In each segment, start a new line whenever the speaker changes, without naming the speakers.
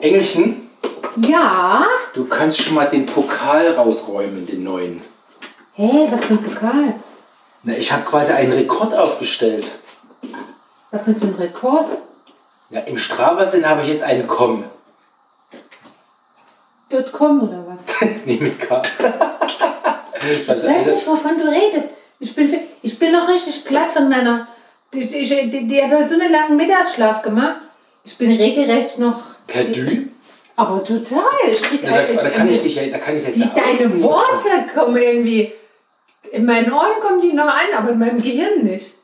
Engelchen,
Ja.
du kannst schon mal den Pokal rausräumen, den neuen.
Hä, hey, was für ein Pokal?
Na, ich habe quasi einen Rekord aufgestellt.
Was mit dem Rekord?
Ja, Im Strava-Sinn habe ich jetzt einen Com.
Dort kommen oder was?
nee, mit K. also,
Ich weiß nicht, wovon du redest. Ich bin, ich bin noch richtig platt von meiner. Die, die, die, die hat heute so einen langen Mittagsschlaf gemacht. Ich bin regelrecht noch.
Perdu?
Aber total. Ich krieg
Ja, da,
eigentlich
da kann ich
irgendwie-
dich ja, da kann ich jetzt
die,
ja ausnutzen.
Deine Worte kommen irgendwie. In meinen Ohren kommen die noch an, aber in meinem Gehirn nicht.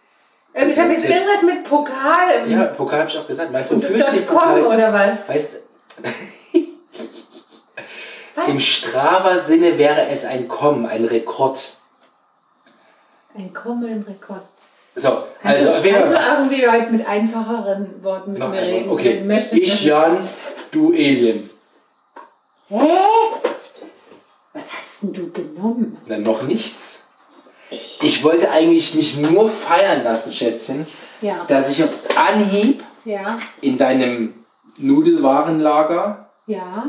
Irgendwie, Ich habe
Das
jetzt
ist
irgendwas mit Pokal.
Ja, Pokal habe ich auch gesagt. Weißt du, wofür ich den
Dort
Pokal...
kommen oder was?
Weißt im
Was?
Strava-Sinne wäre es ein Com, ein Rekord.
Ein kommen Rekord.
So,
Kannst
also, wen
du,
wir
kannst du
was-
irgendwie heute mit einfacheren Worten mit
noch
mir
einmal.
reden?
Okay,
Wenn du möchtest,
ich
ne?
Jan, du Alien.
Hä? Was hast denn du genommen?
Na, noch nichts. Ich wollte eigentlich mich nur feiern lassen, Schätzchen,
Ja.
dass ich auf Anhieb
Ja,
in deinem Nudelwarenlager
ja.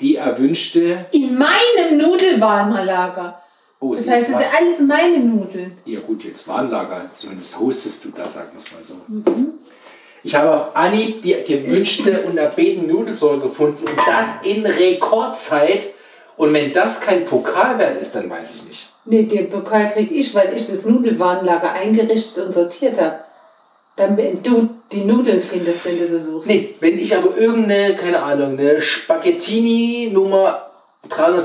die erwünschte...
In meinem Nudelwarenlager.
Oh,
Das
sie
heißt,
ist
das
wa-
sind alles meine Nudeln.
Ja gut, jetzt Warenlager, zumindest hostest du das, sagen wir es mal so.
Mhm.
Ich habe auf Anhieb die gewünschte und erbetene Nudelsorte gefunden und das in Rekordzeit. Und wenn das kein Pokalwert ist, dann weiß ich nicht.
Nee, den Pokal krieg ich, weil ich das Nudelwarenlager eingerichtet und sortiert habe. Damit du die Nudeln findest, wenn du sie suchst.
Nee, wenn ich aber irgendeine, keine Ahnung, eine Spaghettini Nummer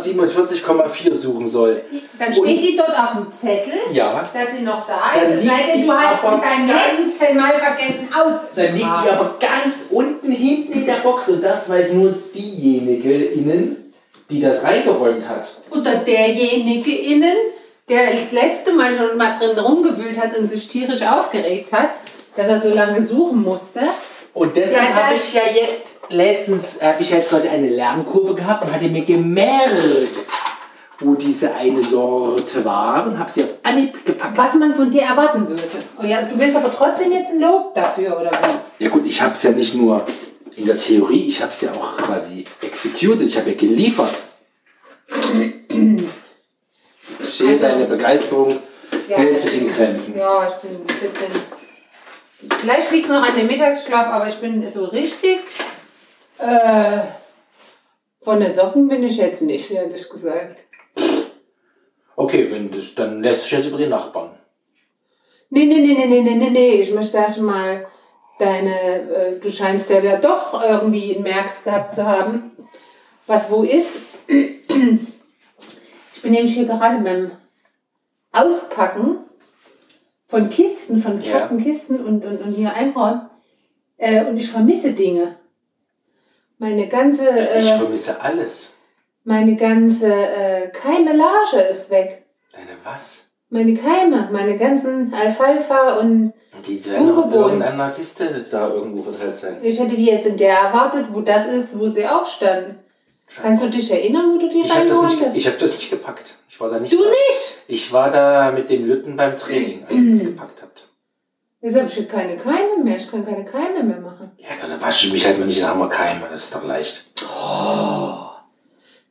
347,4 suchen soll.
Dann
und-
steht die dort auf dem Zettel,
Ja.
dass sie noch da
Dann
ist. Es sei
liegt
denn,
die
du hast
aber
sie beim
ganz-
letzten Mal vergessen aus.
Dann liegt die aber ganz unten hinten in der Box und das weiß nur diejenige innen, die das reingeräumt hat.
Oder derjenige innen, der das letzte Mal schon mal drin rumgewühlt hat und sich tierisch aufgeregt hat, dass er so lange suchen musste.
Und deshalb
Ja,
habe
das-
ich ja jetzt letztens, habe ich ja jetzt quasi eine Lernkurve gehabt und hatte mir gemerkt, wo diese eine Sorte war und habe sie auf Anhieb gepackt.
Was man von dir erwarten würde. Oh ja, du willst aber trotzdem jetzt ein Lob dafür, oder wie?
Ja gut, ich habe es ja nicht nur in der Theorie, ich habe es ja auch quasi executed, ich habe ja geliefert. Ich Verstehe
Also-
deine Begeisterung,
Ja.
hält sich in Grenzen.
Ja, ich bin ein bisschen. Vielleicht liegt es noch an dem Mittagsschlaf, aber ich bin so richtig. Äh, von der Socken bin ich jetzt nicht, ehrlich gesagt.
Okay, wenn das, dann lässt sich jetzt über den Nachbarn.
Nee, nee, nee, nee, nee, nee, nee, nee. Ich möchte erst mal deine, äh, du scheinst ja da doch irgendwie einen Merks gehabt zu haben, was wo ist. Ich bin nämlich hier gerade beim Auspacken von Kisten, von
Ja.
Kartenkisten und, und, und hier einräumen. Äh, und ich vermisse Dinge. Meine ganze,
Ich
äh,
vermisse alles.
meine ganze äh, Keimelage ist weg.
Deine was?
Meine Keime, meine ganzen Alfalfa und
Die werden noch in
Ungeboren.
irgendeiner Kiste da irgendwo verteilt sein.
Ich hätte die jetzt in der erwartet, wo das ist, wo sie auch standen. Kannst du dich erinnern, wo du die
Ich habe das,
reingeholt
nicht-
hast?
ich hab das nicht gepackt. Ich war da nicht.
du
da.
nicht!
Ich war da mit dem Lütten beim Training, als ihr das gepackt habt.
Jetzt habe ich keine Keime mehr. Ich kann keine Keime mehr machen.
Ja, dann wasche ich mich halt mal nicht in Hammerkeime, das ist doch leicht.
Ja,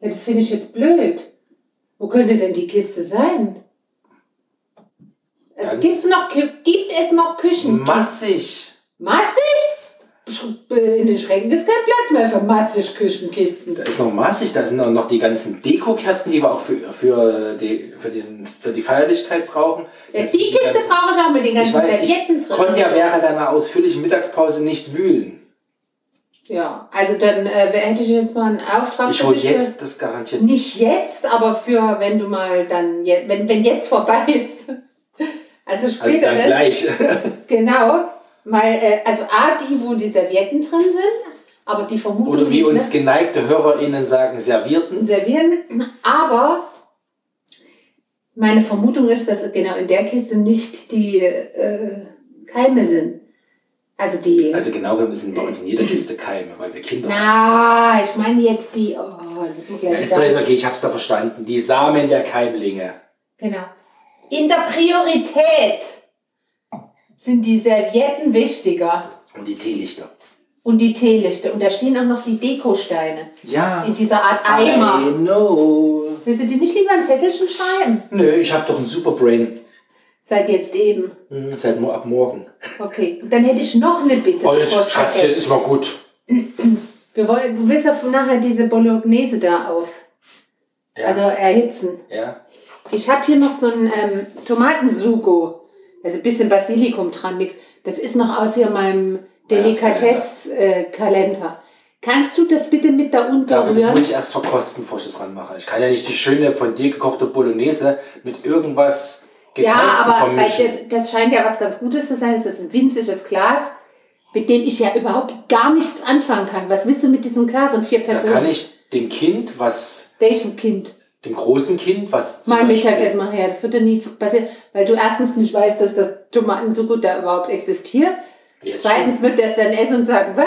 das finde ich jetzt blöd. Wo könnte denn die Kiste sein? Also
Ganz-
gibt's noch, Kü- gibt es noch Küchen?
Massig!
massig? Sch- In den Schränken ist kein Platz mehr für massig Küchenkisten.
Da ist noch massig, da sind auch noch die ganzen Dekokerzen, die wir auch für, für, die, für, den, für die Feierlichkeit brauchen.
Ja,
Das
die
sind
Kiste
ganzen-
brauche ich auch mit den
ich
ganzen
weiß,
Servietten
ich
drin.
konnte ja während deiner ausführlichen Mittagspause nicht wühlen.
Ja, also dann äh, wer hätte ich jetzt mal einen Auftrag
Ich
für
hole
dich für-
jetzt das garantiert.
Nicht jetzt, aber für wenn du mal dann, je- wenn, wenn jetzt vorbei ist. Also später,
Also dann
ne?
gleich.
genau. Mal, äh, also A, die, wo die Servietten drin sind, aber die vermuten
Oder wie
nicht,
uns
ne?
geneigte HörerInnen sagen, Servierten.
servieren. Aber meine Vermutung ist, dass genau in der Kiste nicht die äh, Keime sind. Also die.
Also genau genommen sind bei uns in jeder Kiste Keime, weil wir Kinder haben.
na, ich meine jetzt die. Oh, wird mir gleich
Ja, ist doch
sagen.
jetzt okay, ich hab's da verstanden. Die Samen der Keimlinge.
Genau. In der Priorität sind die Servietten wichtiger
Und die Teelichter.
und die Teelichte. Und da stehen auch noch die Dekosteine.
Ja.
In dieser Art Eimer.
I know.
Willst du die nicht lieber ein Zettelchen schreiben?
Nö, ich habe doch ein Superbrain.
Seit jetzt eben.
Hm, Seit nur ab morgen.
Okay. Und dann hätte ich noch eine Bitte.
Oh,
bevor
jetzt,
ich
Schatz,
vergesse.
jetzt ist mal gut.
Wir wollen, du willst ja nachher diese Bolognese da auf. Also erhitzen.
Ja.
Ich habe hier noch so ein ähm, Tomatensugo. Also ein bisschen Basilikum dran, nix. Das ist noch aus wie an meinem
Ah,
Delikatess-Kalender. Kannst du das bitte mit da
Dafür das muss
unterrühren?
ich erst verkosten, bevor ich das ranmache. Ich kann ja nicht die schöne von dir gekochte Bolognese mit irgendwas
Ja,
gekochten
aber weil
vermischen.
das, das scheint ja was ganz Gutes zu sein. Es ist ein winziges Glas, mit dem ich ja überhaupt gar nichts anfangen kann. Was willst du mit diesem Glas und vier
Da kann
Personen?
ich dem Kind, was,
Welchem Kind?
dem großen Kind, was zum
Mein
Beispiel-
Mittagessen machen, ja, das würde nie passieren, weil du erstens nicht weißt, dass das Tomatensuppe da überhaupt existiert.
Jetzt
Zweitens wird das dann essen und sagen, was?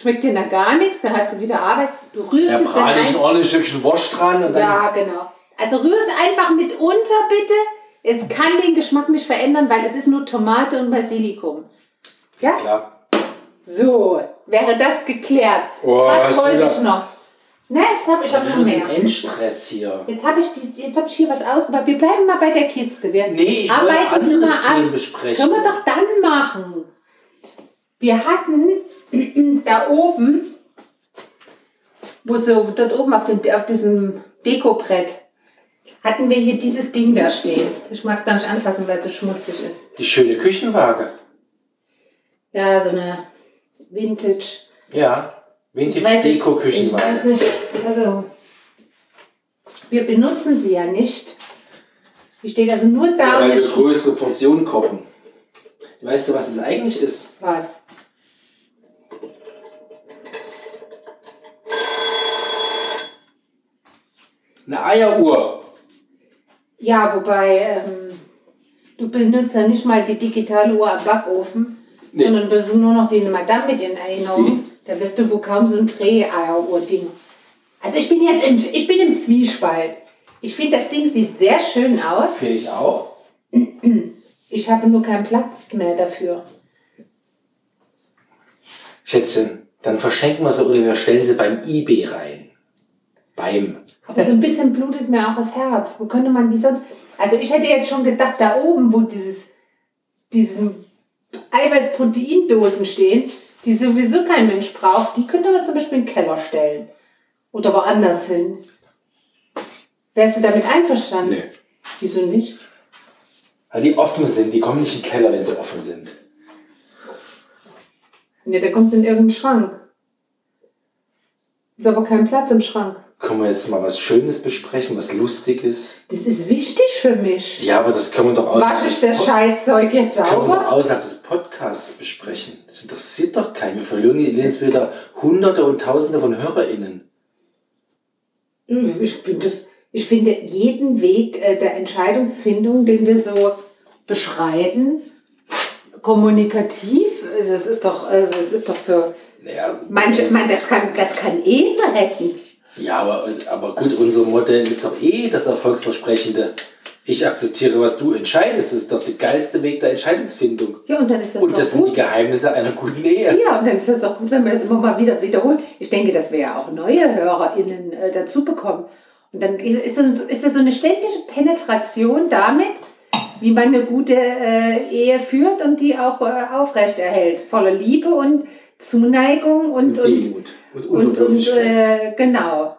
Schmeckt dir da gar nichts, da hast du wieder Arbeit. Du rührst
Da
es dann
brate ich ein
ein.
ordentliches Stückchen Wurst dran und dann
Ja, genau. Also rühr es einfach mit unter, bitte. Es kann den Geschmack nicht verändern, weil es ist nur Tomate und Basilikum. Ja?
Klar.
So, wäre das geklärt.
Oh,
was
ist
wollte
wieder-
ich noch? Ne, jetzt habe ich auch
Das
schon
ist
mehr.
ein Endstress hier.
Jetzt habe ich, dies- jetzt hab ich hier was ausgepackt. Wir bleiben mal bei der Kiste. Wir
Nee, ich wollte
arbeiten
andere
mal
Themen
an.
besprechen.
Können wir doch dann machen. Wir hatten da oben, wo so dort oben auf, dem, auf diesem Dekobrett, hatten wir hier dieses Ding da stehen. Ich mag es gar nicht anfassen, weil es so schmutzig ist.
Die schöne Küchenwaage.
Ja, so eine Vintage.
Ja. Vintage
Weiß ich-
Deko Küchenwaage.
Ich weiß nicht, also wir benutzen sie ja nicht. Die steht also nur da und
Oder eine
ist
größere Portion kochen. Weißt du, was das eigentlich ist?
was.
Eine Eieruhr.
Ja, wobei ähm, du benutzt ja nicht mal die digitale Uhr am Backofen,
Nee.
sondern benutzt nur noch die Madame mit den Erinnerungen. Da bist du wohl kaum so ein Dreh-Uhr-Ding. Also ich bin jetzt im, ich bin im Zwiespalt. Ich finde, das Ding sieht sehr schön aus.
Finde ich auch.
Ich habe nur keinen Platz mehr dafür.
Schätzchen, dann verschenken wir sie oder wir stellen sie beim eBay rein. Beim.
Aber so ein bisschen blutet mir auch das Herz. Wo könnte man die sonst. Also ich hätte jetzt schon gedacht, da oben, wo dieses, diesen Eiweiß-Proteindosen stehen, die sowieso kein Mensch braucht, die könnte man zum Beispiel in den Keller stellen. Oder woanders hin. Wärst du damit einverstanden?
Nee.
Wieso nicht?
Weil die offen sind, die kommen nicht in den Keller, wenn sie offen sind.
Ne, da kommt es in irgendeinen Schrank. Ist aber kein Platz im Schrank.
Können wir jetzt mal was Schönes besprechen, was Lustiges?
Das ist wichtig für mich.
Ja, also aber das können wir doch
Wasche ich das Scheißzeug jetzt
Können
sauber?
wir außerhalb des Podcasts besprechen. Das interessiert doch keinen. Wir verlieren jetzt wieder Hunderte und Tausende von HörerInnen.
Hm, Ich, bin das, ich finde jeden Weg äh, der Entscheidungsfindung, den wir so beschreiten, kommunikativ, äh, das ist doch, äh, das ist doch für
Naja,
manche, man, das kann, das kann Ehen retten.
ja aber, aber gut, unser Modell ist doch eh das Erfolgsversprechende. Ich akzeptiere, was du entscheidest. Das ist doch der geilste Weg der Entscheidungsfindung.
Ja, und dann ist das
Und
doch
das sind die
gut.
Geheimnisse einer guten Ehe.
Ja, und dann ist das auch gut, wenn man das immer mal wieder wiederholt. Ich denke, dass wir ja auch neue HörerInnen äh, dazu bekommen. Und dann ist das, ist das so eine ständige Penetration damit, wie man eine gute äh, Ehe führt und die auch äh, aufrecht erhält. Voller Liebe und Zuneigung und,
Und
und,
Demut. Und
und, und
Unterwürfigkeit.
äh, genau.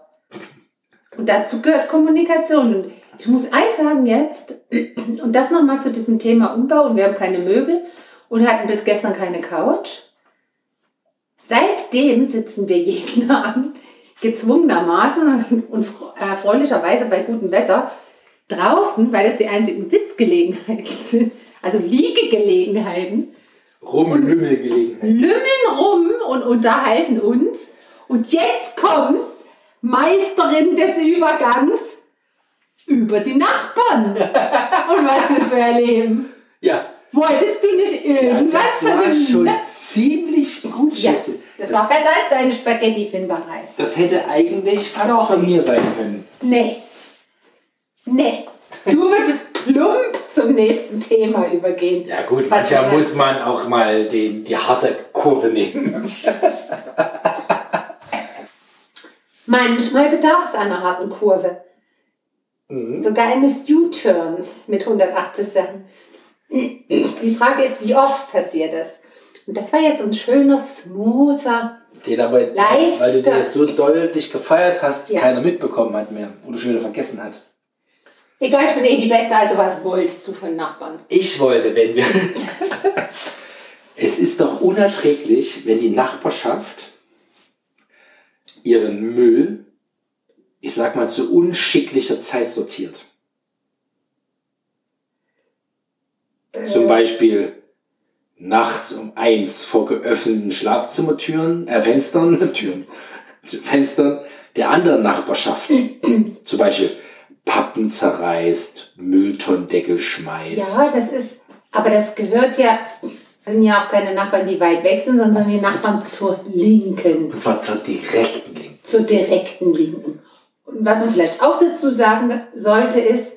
Und dazu gehört Kommunikation. Und ich muss eins sagen jetzt, und das nochmal zu diesem Thema Umbau, und wir haben keine Möbel und hatten bis gestern keine Couch. Seitdem sitzen wir jeden Abend gezwungenermaßen und fr- erfreulicherweise bei gutem Wetter draußen, weil das die einzigen Sitzgelegenheiten sind, also Liegegelegenheiten,
Rumlümmelgelegenheit.
lümmeln rum und unterhalten uns. Und jetzt kommt's, Meisterin des Übergangs, über die Nachbarn. Und was wir so erleben.
Ja.
Wolltest du nicht irgendwas
Das
von
war
dem-
schon ziemlich gut,
Ja,
Schätze.
das
Das,
war besser als deine Spaghetti-Finderei.
das hätte eigentlich fast
Doch.
von mir sein können.
Nee. Nee. Du würdest plump zum nächsten Thema übergehen.
Ja gut,
Was
manchmal
wir-
muss man auch mal den, die harte Kurve nehmen.
Manchmal bedarf es einer harten Kurve. Sogar eines U-Turns mit 180 Sachen. Die Frage ist, wie oft passiert das? Und das war jetzt ein schöner, smoother.
Den aber,
Leichter.
weil du den jetzt so doll dich gefeiert hast,
Ja.
keiner mitbekommen hat mehr. Oder schon wieder vergessen hat.
Egal, ich bin eh die Beste, also was wolltest du von Nachbarn?
Ich wollte, wenn wir. es ist doch unerträglich, wenn die Nachbarschaft ihren Müll, ich sag mal, zu unschicklicher Zeit sortiert. Zum Beispiel nachts um eins vor geöffneten Schlafzimmertüren, äh, Fenstern, Türen, Fenstern der anderen Nachbarschaft. Zum Beispiel Pappen zerreißt, Mülltondeckel schmeißt.
Ja, das ist, aber das gehört ja, das sind ja auch keine Nachbarn, die weit weg sind, sondern die Nachbarn zur Linken,
Und zwar zur direkten Link.
zur direkten Linken. Und was man vielleicht auch dazu sagen sollte, ist,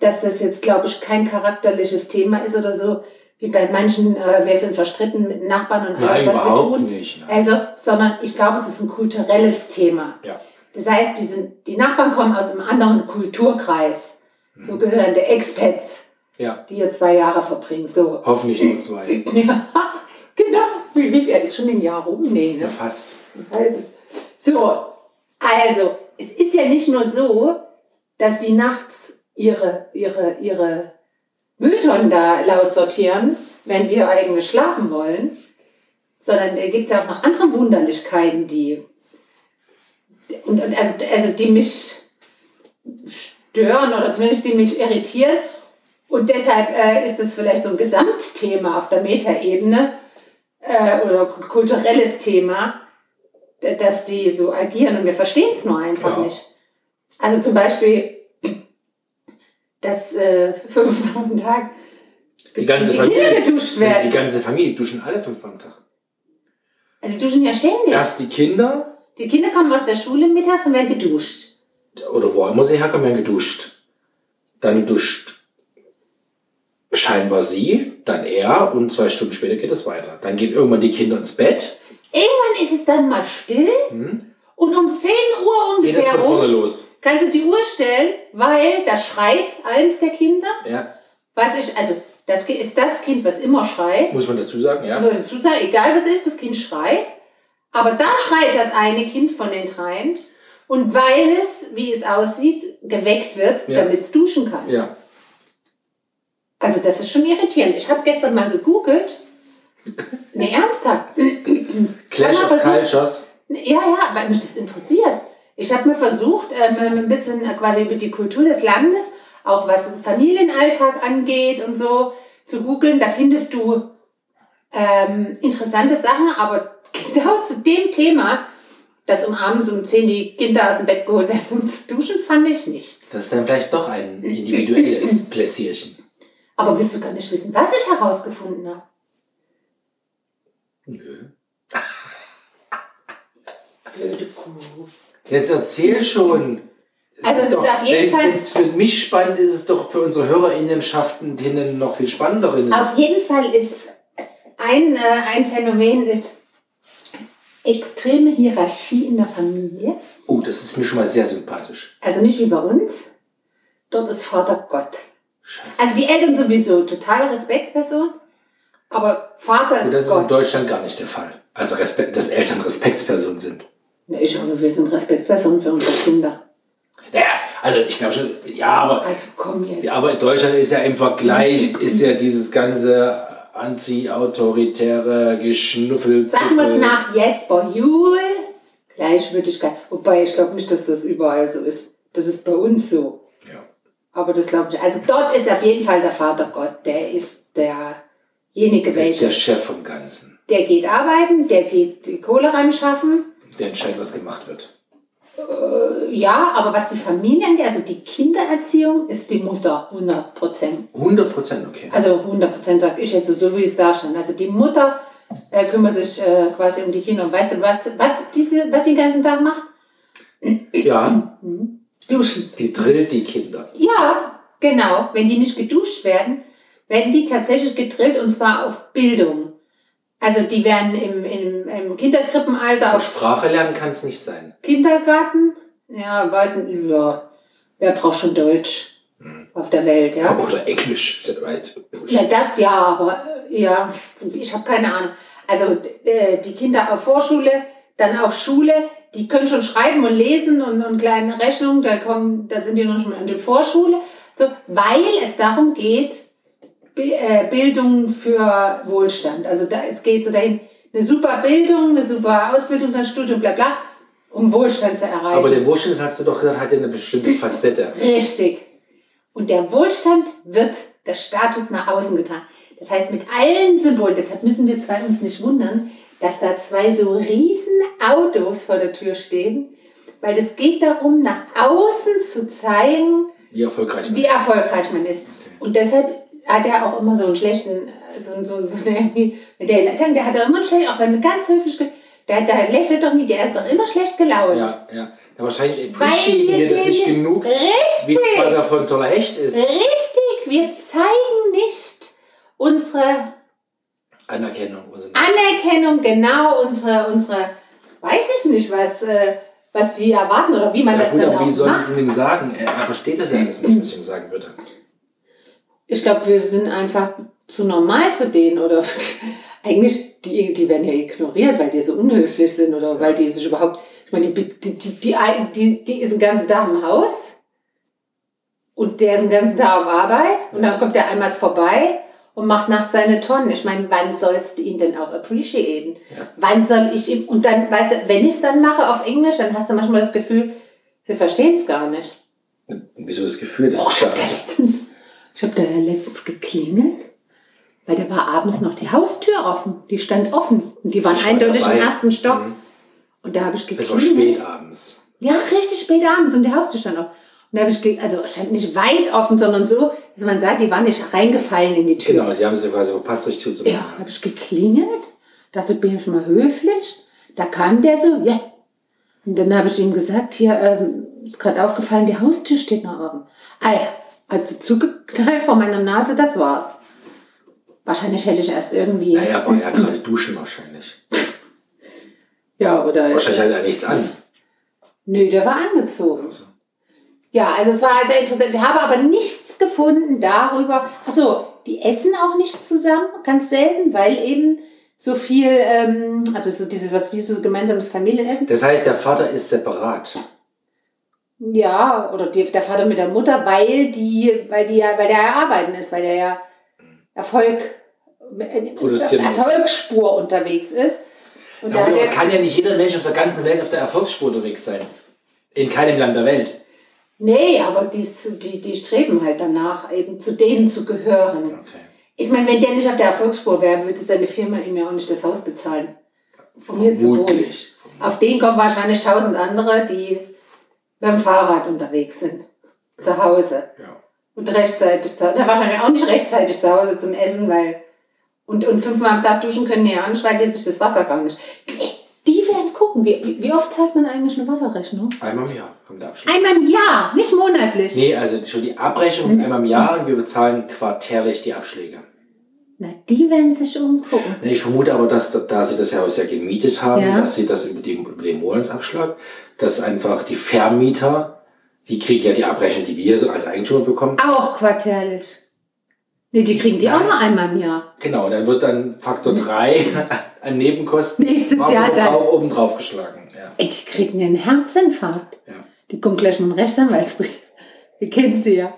dass das jetzt, glaube ich, kein charakterliches Thema ist oder so, wie bei manchen, äh, wir sind verstritten mit Nachbarn und alles,
Nein,
was wir
überhaupt
tun.
nicht, nein.
Also, sondern ich glaube, es ist ein kulturelles Thema.
Ja.
Das heißt, die, sind, die Nachbarn kommen aus einem anderen Kulturkreis,
Hm.
sogenannte Expats.
Ja.
die ihr zwei Jahre verbringt. So.
Hoffentlich nur zwei.
Ja, genau. Wie, wie viel ist schon ein Jahr rum? Nee,
Ja,
ne?
fast.
Ein halbes. So, also, es ist ja nicht nur so, dass die nachts ihre, ihre, ihre Mülltonnen da laut sortieren, wenn wir eigentlich schlafen wollen, sondern da gibt es ja auch noch andere Wunderlichkeiten, die, und, und also, also die mich stören oder zumindest die mich irritieren. Und deshalb äh, ist es vielleicht so ein Gesamtthema auf der Metaebene äh, oder k- kulturelles Thema, d- dass die so agieren und wir verstehen es nur einfach
Ja.
nicht. Also zum Beispiel, dass äh, fünfmal am Tag
Die ganze
die
Familie.
Kinder geduscht werden.
Die ganze Familie, die duschen alle fünfmal am Tag.
Also die duschen ja ständig.
Erst die Kinder
Die Kinder kommen aus der Schule mittags und werden geduscht.
oder wo auch immer sie herkommen, werden geduscht. Dann duscht scheinbar sie, dann er und zwei Stunden später geht es weiter. Dann gehen irgendwann die Kinder ins Bett.
Irgendwann ist es dann mal still und um 10 Uhr
Hm? Geht es
ungefähr
von vorne
rum
los.
kannst du die Uhr stellen, weil da schreit eins der Kinder.
Ja,
Was ich, also das Ki- ist das Kind, was immer schreit.
muss man dazu sagen, ja.
Also dazu sagen, egal was ist, das Kind schreit. Aber da schreit das eine Kind von den dreien. Und weil es, wie es aussieht, geweckt wird,
Ja.
damit es duschen kann.
Ja.
Also das ist schon irritierend. Ich habe gestern mal gegoogelt. Nee, ernsthaft.
Clash
Kann
of
man versuchen-
Cultures.
Ja, ja, weil mich das interessiert. Ich habe mir versucht, ähm, ein bisschen quasi über die Kultur des Landes, auch was Familienalltag angeht und so, zu googeln. Da findest du ähm, interessante Sachen, aber genau zu dem Thema, dass um abends um 10 die Kinder aus dem Bett geholt werden, um zu duschen, fand ich nicht.
Das ist dann vielleicht doch ein individuelles Pläsierchen.
Aber willst du gar nicht wissen, was ich herausgefunden habe? Nö. Blöde Kuh.
Jetzt erzähl schon.
Also es ist
doch,
auf jeden
wenn's
Fall-
jetzt für mich spannend ist, ist es doch für unsere Hörerinnenschaften drinnen noch viel spannender.
Auf jeden Fall ist ein, äh, ein Phänomen ist extreme Hierarchie in der Familie.
Oh, das ist mir schon mal sehr sympathisch.
Also nicht wie bei uns. Dort ist Vater Gott.
Scheiße.
Also die Eltern sowieso totale Respektsperson, aber Vater ist
Und das ist in
Also Gott.
Deutschland gar nicht der Fall. Also, Respekt, dass Eltern Respektspersonen sind.
Na, ich hoffe, wir sind Respektspersonen für unsere Kinder.
Ja, also ich glaube schon, ja, aber,
Also komm jetzt.
aber in Deutschland ist ja im Vergleich, ist ja dieses ganze anti-autoritäre Geschnüffel.
Sagen wir es nach Jesper Juhl. Gleichwürdigkeit. Wobei ich glaube nicht, dass das überall so ist. Das ist bei uns so.
Ja.
Aber das glaube ich. Also dort ist auf jeden Fall der Vater Gott. Der ist derjenige,
Das ist
welcher.
der Chef vom Ganzen,
Der geht arbeiten, der geht die Kohle ran schaffen.
der entscheidet, was gemacht wird.
Ja, aber was die Familie angeht, also die Kindererziehung, ist die Mutter 100 Prozent.
100 Prozent, okay.
Also 100 Prozent sage ich jetzt so, so wie es da stand. Also die Mutter äh, kümmert sich äh, quasi um die Kinder. Und weißt du, was, was, diese, was sie den ganzen Tag macht?
Ja,
Duschen.
die drillt die Kinder.
Ja, genau. Wenn die nicht geduscht werden, werden die tatsächlich gedrillt und zwar auf Bildung. Also die werden im, im, im Kinderkrippenalter
Aber
auf
Sprache lernen kann es nicht sein.
Kindergarten. Ja, weiß nicht, ja. Wer braucht schon Deutsch auf der Welt, ja?
Oder Englisch. Ist ja weit.
Ja, das ja, aber äh, ja, ich habe keine Ahnung. Also äh, die Kinder auf Vorschule, dann auf Schule, die können schon schreiben und lesen und, und kleine Rechnungen, da kommen, da sind die noch schon in der Vorschule, so, weil es darum geht, Bi- äh, Bildung für Wohlstand. Also da, es geht so dahin, eine super Bildung, eine super Ausbildung, dann Studium, bla bla, um Wohlstand zu erreichen.
Aber der Wurschtel, das hast du doch gesagt, hat ja eine bestimmte Facette.
Richtig. Und der Wohlstand wird der Status nach außen getan. Das heißt, mit allen Symbolen, deshalb müssen wir zwei uns nicht wundern, dass da zwei so riesen Autos vor der Tür stehen, weil es geht darum, nach außen zu zeigen,
Wie erfolgreich man
wie erfolgreich man ist. Und deshalb hat er auch immer so einen schlechten, äh, so, so, so irgendwie, mit der Leitung, der hat auch immer einen schlechten, auch wenn wir ganz höflich, ge- der, der lächelt doch nie, der ist doch immer schlecht gelaunt.
Ja, ja. Da wahrscheinlich
Weil
appreciaten wir das nicht
nämlich-
genug, wie,
Richtig!
was er von toller Hecht ist.
Richtig, wir zeigen nicht unsere
Anerkennung. Also
Anerkennung, genau unsere, unsere, weiß ich nicht, was, äh, was wir erwarten oder wie man
ja,
das
gut,
dann
aber wie
auch
soll ich es
macht.
ihm denn sagen? Er, er versteht das ja alles nicht, was ich ihm sagen würde.
Ich glaube, wir sind einfach zu normal zu denen oder eigentlich, die, die werden ja ignoriert, weil die so unhöflich sind oder weil die sich überhaupt, ich meine, die, die, die, die, die, die ist den ganzen Tag im Haus und der ist den ganzen Tag auf Arbeit und dann kommt der einmal vorbei und macht nachts seine Tonnen. Ich meine, wann sollst du ihn denn auch appreciaten? Wann soll ich ihm, und dann, weißt du, wenn ich es dann mache auf Englisch, dann hast du manchmal das Gefühl, wir verstehen es gar nicht.
Wieso das Gefühl, das ist
Oh, Ich hab da
ja.
letztens, ich hab da letztens geklingelt, weil da war abends noch die Haustür offen. Die stand offen und die waren
war
eindeutig
dabei.
im ersten Stock. Und da habe ich
Es war
geklingelt.
spät abends.
Ja, richtig spät abends und die Haustür stand offen. Und da habe ich, ge- also stand nicht weit offen, sondern so, dass man sagt, die waren nicht reingefallen in die Tür.
Genau, sie haben es ja quasi verpasst, richtig zu
Ja, habe ich geklingelt, dachte, bin ich mal höflich. Da kam der so, ja. Und dann habe ich ihm gesagt, hier ähm, ist gerade aufgefallen, die Haustür steht noch offen. Ah ja, also zugeknallt vor meiner Nase, das war's. Wahrscheinlich hätte ich erst irgendwie,
Naja, war ja gerade duschen wahrscheinlich.
ja, oder,
Wahrscheinlich hat er nichts an.
nö, der war angezogen. Ja, also es war sehr interessant. Ich habe aber nichts gefunden darüber. Ach so, die essen auch nicht zusammen, ganz selten, weil eben so viel, ähm, also so dieses, was wie so gemeinsames Familienessen.
Das heißt, der Vater ist separat.
Ja, oder die, der Vater mit der Mutter, weil die, weil die ja, weil der ja arbeiten ist, weil der ja Erfolg äh,
Produzieren muss.
Erfolgsspur unterwegs ist. Und
Ja,
da
aber
hat
es
er,
kann ja nicht jeder Mensch auf der ganzen Welt auf der Erfolgsspur unterwegs sein. In keinem Land der Welt.
nee, aber die, die, die streben halt danach, eben zu denen zu gehören.
Okay.
Ich meine, wenn der nicht auf der Erfolgsspur wäre, würde seine Firma ihm ja auch nicht das Haus bezahlen. Um hier zu wohnen.
Vermutlich.
Auf den kommen wahrscheinlich tausend andere, die mit dem Fahrrad unterwegs sind. Zu Hause.
Ja.
Und rechtzeitig zu Na, wahrscheinlich auch nicht rechtzeitig zu Hause zum Essen, weil. Und, und fünfmal am Tag duschen können die ja nicht, weil die sich das Wasser gar nicht. Die werden gucken. Wie, wie oft zahlt man eigentlich eine Wasserrechnung?
Einmal im Jahr kommt der Abschluss.
Einmal im Jahr, nicht monatlich.
Nee, also schon die Abrechnung
Mhm.
einmal im Jahr und wir bezahlen quartärlich die Abschläge.
Na, die werden sich umgucken.
Ich vermute aber, dass da sie das Haus ja gemietet haben,
Ja.
dass sie das über den, über den Monatsabschlag, dass einfach die Vermieter, die kriegen ja die Abrechnung, die wir so als Eigentümer bekommen.
Auch quartärlich. Nee, die kriegen die auch nur einmal im Jahr.
Genau, dann wird dann Faktor 3 an Nebenkosten
Mhm. Nächstes Jahr dann.
auch oben drauf geschlagen. Ja.
Ey, die kriegen einen Herzinfarkt.
Ja.
Die kommen gleich mit dem Rechtsanwaltsbrief. Wir kennen sie ja.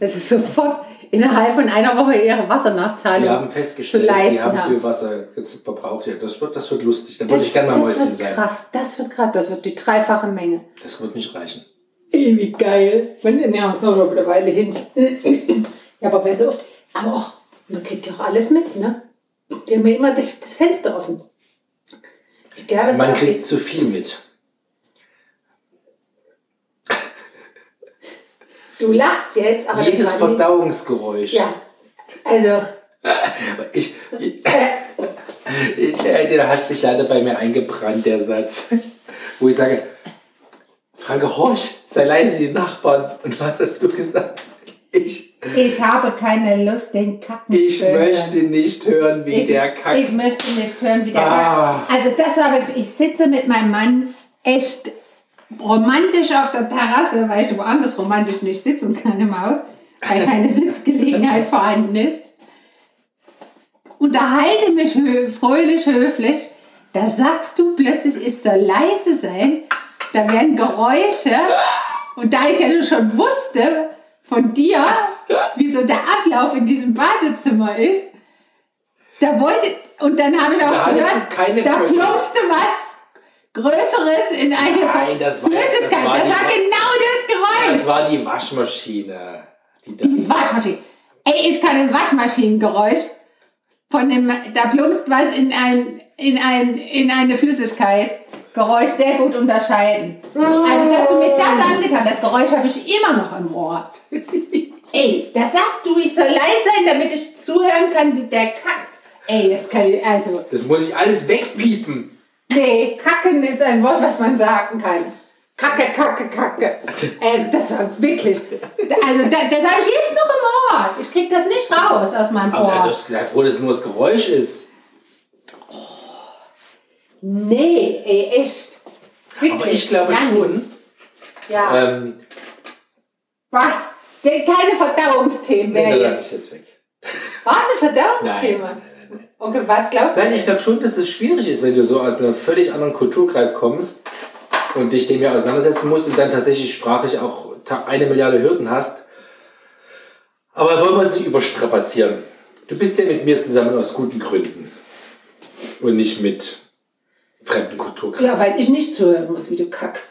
Das ist sofort innerhalb von einer Woche ihre Wassernachzahlung
Wir haben festgestellt, sie haben
haben.
zu viel Wasser gez- verbraucht. Ja, das, wird, das wird lustig. Dann würde ich gerne mal Mäuschen
das wird
sein.
krass, das wird krass, das wird die dreifache Menge.
Das wird nicht reichen.
Ey, wie geil. Wenn denn ja, ist noch mal eine Weile hin. ja, aber wer so oft. Aber auch, man kriegt ja auch alles mit, ne? Wir haben ja immer das, das Fenster offen. Egal, was
Man
da
kriegt zu viel mit.
Du lachst jetzt, aber
Jedes
das war die-
Verdauungsgeräusch.
Ja, also
Ich, ich, der, der hat sich leider bei mir eingebrannt, der Satz. Wo ich sage, Franke, horch, sei leise die Nachbarn. Und was hast du gesagt? Ich.
Ich habe keine Lust, den Kacken
Ich
zu hören.
möchte nicht hören, wie
ich,
der kackt.
Ich möchte nicht hören, wie der
Ah.
kackt. Also das war wirklich, ich sitze mit meinem Mann echt romantisch auf der Terrasse, weil ich woanders romantisch nicht sitzen kann im Haus, weil keine Sitzgelegenheit vorhanden ist. Unterhalte mich hö fröhlich, höflich. Da sagst du plötzlich, ist soll leise sein. Da werden Geräusche. Und da ich ja nun schon wusste von dir, wie so der Ablauf in diesem Badezimmer ist, da wollte, und dann habe ich auch
Da hattest
gehört,
du keine
da
Brücke.
plumpste was Größeres in eine
Nein, das war-
Flüssigkeit.
das war
Das war
nicht-
genau das Geräusch.
Das war die Waschmaschine. Die da
Die Waschmaschine. Ey, ich kann ein Waschmaschinengeräusch von dem, da plumpst was in ein, in ein, in eine Flüssigkeit. Geräusch sehr gut unterscheiden. Also, dass du mir das angetan, das Geräusch habe ich immer noch im Ohr. Ey, das sagst du, ich soll leise sein, damit ich zuhören kann, wie der kackt. Ey, das kann ich, also,
Das muss ich alles wegpiepen.
nee, kacken ist ein Wort, was man sagen kann. Kacke, kacke, kacke. Also, das war wirklich, also, da- das habe ich jetzt noch im Ohr. Ich krieg das nicht raus aus meinem Ohr.
Aber er hat doch gesagt, froh, dass es nur das Geräusch ist.
Nee, ey, echt. Wirklich.
Aber ich glaube
Nein.
schon,
Ja.
Ähm,
Was? Nee, Keine Verdauungsthemen
nee,
mehr
lass
jetzt.
ich jetzt weg.
War es ein Verdauungsthema? Okay, was glaubst
Nein,
du?
ich glaube schon, dass das schwierig ist, wenn du so aus einem völlig anderen Kulturkreis kommst und dich dem ja auseinandersetzen musst und dann tatsächlich sprachlich auch ta- eine Milliarde Hürden hast. Aber wollen wir es nicht überstrapazieren? Du bist ja mit mir zusammen aus guten Gründen und nicht mit fremden Kulturkreisen.
Ja, weil ich nicht zuhören muss, wie du kackst.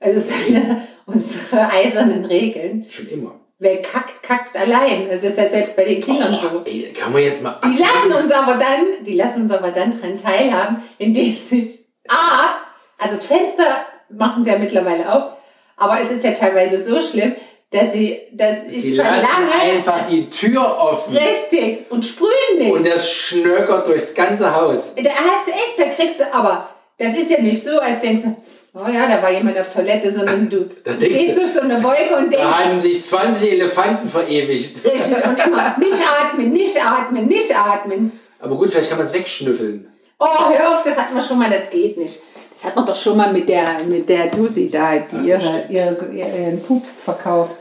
Also es ist eine unsere eisernen Regeln.
Schon immer.
Wer kackt, kackt allein. Das ist ja selbst bei den Kindern so.
Ey, kann man jetzt mal
Die lassen uns aber dann, die lassen uns aber dann daran teilhaben, indem sie A, also das Fenster machen sie ja mittlerweile auf, aber es ist ja teilweise so schlimm, dass sie, dass ich
Sie lassen
verlange,
einfach die Tür offen
richtig, und sprühen nicht.
und das schnöckert durchs ganze Haus.
Da hast du echt, da kriegst du aber. Das ist ja nicht so, als denkst du, oh ja, da war jemand auf Toilette, sondern du
Da denkst
gehst
du-
durch so eine Wolke und
Da
denkst,
haben sich 20 Elefanten verewigt.
richtig, und immer, nicht atmen, nicht atmen, nicht atmen.
Aber gut, vielleicht kann man es wegschnüffeln.
Oh, hör auf, das hatten wir schon mal, das geht nicht. Das hat man doch schon mal mit der, mit der Dusi da, die
Das
ihre, ihre, ihren äh, Pups verkauft.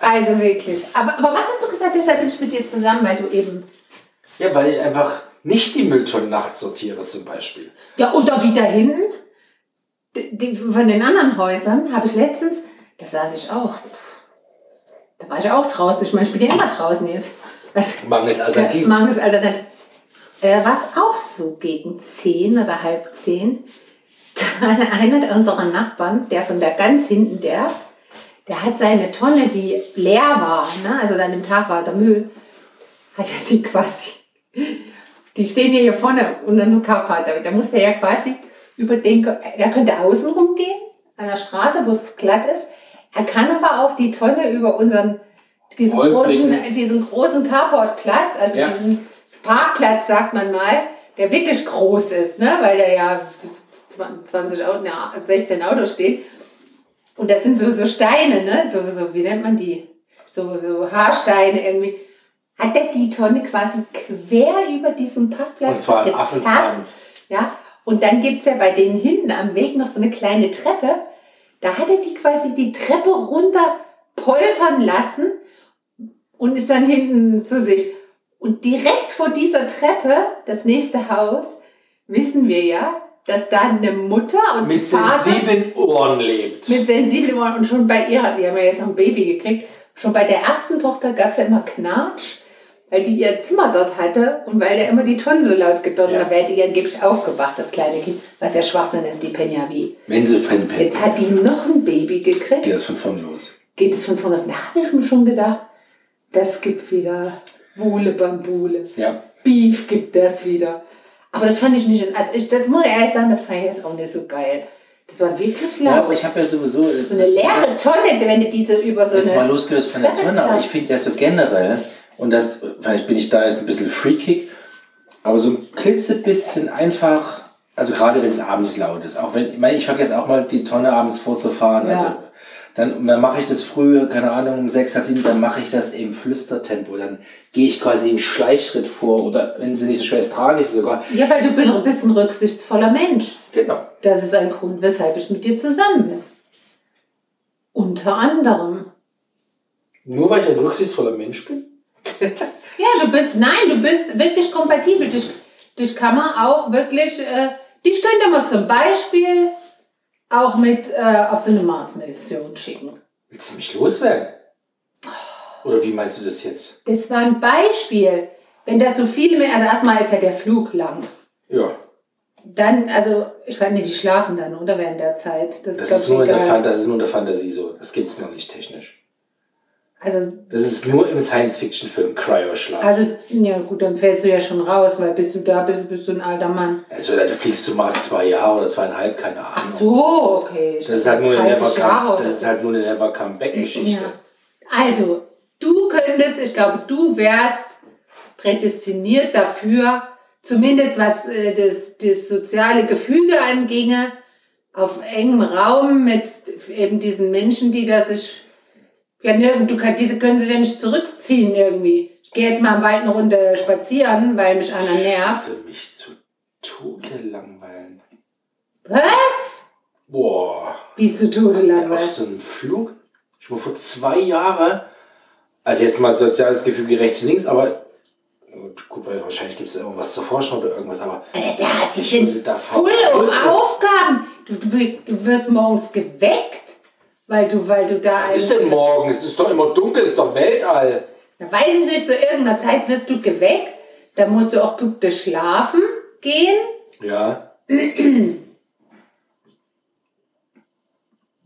Also wirklich. Aber, aber was hast du gesagt, deshalb bin ich mit dir zusammen, weil du eben.
Ja, weil ich einfach nicht die Mülltonnen nachts sortiere zum Beispiel.
Ja, und auch wieder hinten. Die, die, von den anderen Häusern habe ich letztens, da saß ich auch. Da war ich auch draußen. Ich meine, ich bin ja immer draußen jetzt. Was?
Mangels Alternativen.
Mangels Alternativen. Äh, war es auch so gegen zehn oder halb zehn? Da war einer unserer Nachbarn, der von da ganz hinten, der, der hat seine Tonne, die leer war, ne? also an dem Tag war der Müll, hat er die quasi die stehen hier, hier vorne und dann so Carport. damit. Da muss der ja quasi über den, Ge- er könnte außen rumgehen, an der Straße, wo es glatt ist. Er kann aber auch die Tonne über unseren, diesen
Rollbringen.
großen, diesen großen Carportplatz, also
Ja.
diesen Parkplatz, sagt man mal, der wirklich groß ist, ne? weil da ja 20 Autos, ja, 16 Autos stehen. Und das sind so, so Steine, ne? So, so, wie nennt man die? So, so Haarsteine irgendwie. Hat der die Tonne quasi quer über diesen Parkplatz
Und zwar im
gezerrt.
Affenzahn.
Ja. Und dann gibt es ja bei denen hinten am Weg noch so eine kleine Treppe. Da hat er die quasi die Treppe runter poltern lassen und ist dann hinten zu sich. Und direkt vor dieser Treppe, das nächste Haus, wissen wir ja, dass da eine Mutter und
Mit
ein Vater
sensiblen Ohren lebt.
mit sensiblen Ohren und schon bei ihrer, wir haben ja jetzt noch ein Baby gekriegt, schon bei der ersten Tochter gab es ja immer Knatsch, weil die ihr Zimmer dort hatte und weil der immer die Tonnen so laut gedonnert
Ja.
hat, wäre die angeblich aufgewacht, das kleine Kind, was ja Schwachsinn ist, die Penja wie.
Wenn sie Fan
Jetzt hat die noch ein Baby gekriegt,
das von vorn los.
geht es von vorne aus, da habe ich mir schon gedacht, das gibt wieder Wule Bambule.
Ja.
Beef gibt das wieder. Aber das fand ich nicht, also ich, das muss ich ehrlich sagen, das fand ich jetzt auch nicht so geil. Das war wirklich laut.
Ja, aber ich habe ja sowieso.
So eine leere Tonne, wenn du diese über so
Jetzt mal
eine.
losgelöst von der
Sperre
Tonne, aber
zeigt.
ich finde ja so generell, und das, vielleicht bin ich da jetzt ein bisschen freakig, aber so ein klitzebisschen einfach, also gerade wenn es abends laut ist, auch wenn, ich meine, ich vergesse auch mal die Tonne abends vorzufahren,
Ja.
also
Dann, dann mache ich das früher, keine Ahnung, um sechs halb sieben, dann mache ich das im Flüstertempo. Dann gehe ich quasi im Schleichtritt vor oder wenn sie nicht so schwer ist, trage ich sie sogar.
Ja, weil du bist- bist ein rücksichtsvoller Mensch.
Genau.
Das ist ein Grund, weshalb ich mit dir zusammen bin. Unter anderem.
Nur weil ich ein rücksichtsvoller Mensch bin?
Ja, du bist, nein, du bist wirklich kompatibel. Dich, dich kann man auch wirklich, äh, dich könnte man zum Beispiel auch mit äh, auf so eine Mars-Mission schicken.
Willst du mich loswerden? Oder wie meinst du das jetzt?
Das war ein Beispiel. Wenn das so viele, mehr- also erstmal ist ja der Flug lang.
Ja.
Dann, also, ich meine, die schlafen dann, oder, während der Zeit. Das,
Das
glaub
ist,
ich,
nur in der
egal.
Fan das ist nur in der Fantasie so. Das gibt's noch nicht technisch.
Also,
Das ist nur im Science-Fiction-Film Cryo-Schlaf.
also, ja gut, dann fällst du ja schon raus, weil bis du da bist, bist du ein alter Mann.
Also dann fliegst du Mars zwei Jahre oder zweieinhalb, keine Ahnung.
Ach so, okay. Ich
Das ist
dachte,
halt nur eine
30
Never
Jahre
Come,
oder
das ist
so.
halt nur eine Never Come Back Geschichte.
ja. Also, du könntest, ich glaube, du wärst prädestiniert dafür, zumindest was äh, das, das soziale Gefüge anginge, auf engem Raum mit eben diesen Menschen, die da sich. Ja, ne, du kann, diese können sich ja nicht zurückziehen irgendwie. Ich gehe jetzt mal im Wald eine Runde spazieren, weil mich einer nervt.
Für mich zu Tode langweilen.
Was?
Boah.
Wie zu Tode
Auf
langweilig.
so einem Flug? Ich war vor zwei Jahren, also jetzt mal soziales Gefüge rechts und links, aber gut, weil wahrscheinlich gibt es irgendwas zu forschen oder irgendwas, aber
Alter, die
Ich würde
sind
da
voll
verrückt.
auf Aufgaben. Du, du, du wirst morgens geweckt, weil du, weil du da.
Was ist denn morgen? Es ist doch immer dunkel, es ist doch Weltall.
Da weiß ich nicht, zu irgendeiner Zeit wirst du geweckt. Da musst du auch pünktlich schlafen gehen.
ja.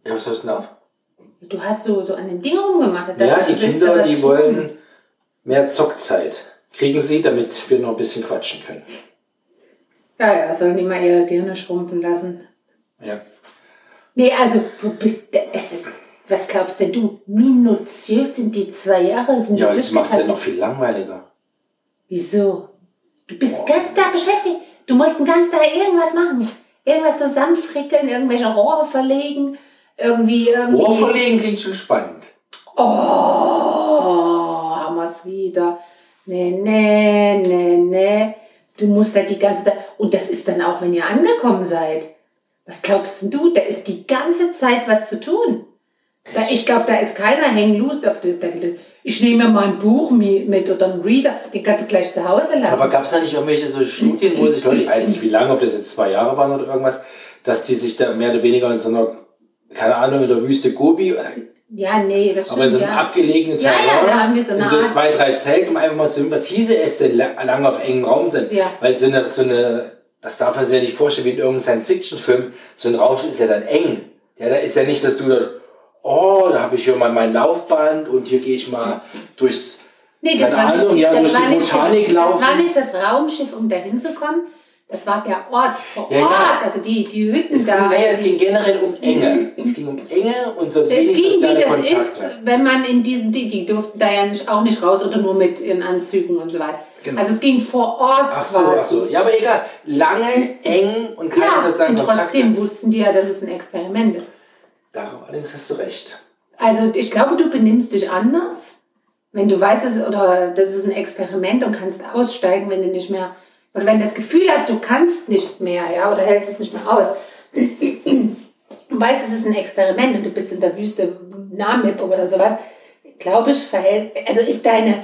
ja, was hast du denn auf?
Du hast so, so an dem Ding rumgemacht. Da
Ja,
dachte
die
ich, willst du
Kinder,
was
die
tun?
wollen mehr Zockzeit. Kriegen sie, damit wir noch ein bisschen quatschen können.
Ja, ja, sollen die mal ihre Gehirne schrumpfen lassen.
Ja.
Nee, also du bist. Das ist. Was glaubst denn du? Minutiös sind die zwei Jahre. Sind
Ja,
die
aber das macht es ja
durchgefallen.
noch viel langweiliger.
Wieso? Du bist den ganzen Tag beschäftigt. Du musst den ganzen Tag irgendwas machen. Irgendwas zusammenfrickeln, irgendwelche Rohre verlegen, irgendwie. irgendwie
Also Rohrverlegen klingt schon spannend.
Oh, haben wir's wieder. Ne, Nee, nee, nee, nee. ne. Du musst halt die ganze Zeit. Und das ist dann auch, wenn ihr angekommen seid. Was glaubst denn du? Da ist die ganze Zeit was zu tun. Da, ich glaube, da ist keiner hängen los. Ob du, da, ich nehme mir mal ein Buch mi- mit oder einen Reader. Den kannst du gleich zu Hause lassen.
Aber gab es da nicht irgendwelche so Studien, wo sich Leute, ich weiß nicht wie lange, ob das jetzt zwei Jahre waren oder irgendwas, dass die sich da mehr oder weniger in so einer, keine Ahnung, in der Wüste Gobi, äh,
ja, nee, das stimmt.
aber in so einem
ja.
abgelegenen
Ja, ja, da haben die so
in
eine
so
Art-
zwei, drei Zelten, um einfach mal zu sehen, was hieße es denn la- lange auf engem Raum sind.
Ja.
Weil so eine, so eine, das darf man sich ja nicht vorstellen, wie in irgendeinem Science-Fiction-Film, so ein Raum ist ja dann eng. Ja, da ist ja nicht, dass du da, oh, da habe ich hier mal mein Laufband und hier gehe ich mal durchs,
Nee, das
keine
war nicht,
Ahnung, ja,
das,
durch
war
die
nicht
Botanik
das, das
laufen.
war nicht das Raumschiff, um da hinzukommen. Das war der Ort vor
Ja, ja.
Ort, also die, die Hütten da.
Naja, es ging generell um Enge. Es ging um Enge und sonst
es
wenig
ging, wie
soziale
das ist,
Kontakte.
wenn man in diesen, die, die durften da ja nicht, auch nicht raus oder nur mit ihren Anzügen und so weiter. Also es ging vor Ort
Genau. Ach so,
quasi.
ach so. Ja, aber egal. Lange, eng und keine
Hm. Ja,
sozialen
und trotzdem
Kontakte.
wussten die ja, dass es ein Experiment ist.
Darauf allerdings hast du recht.
Also ich glaube, du benimmst dich anders, wenn du weißt, es, oder das ist ein Experiment und kannst aussteigen, wenn du nicht mehr, oder wenn du das Gefühl hast, du kannst nicht mehr, ja, oder hältst es nicht mehr aus. Du weißt, es ist ein Experiment und du bist in der Wüste Namib oder sowas. Glaube ich, verhält, also ist deine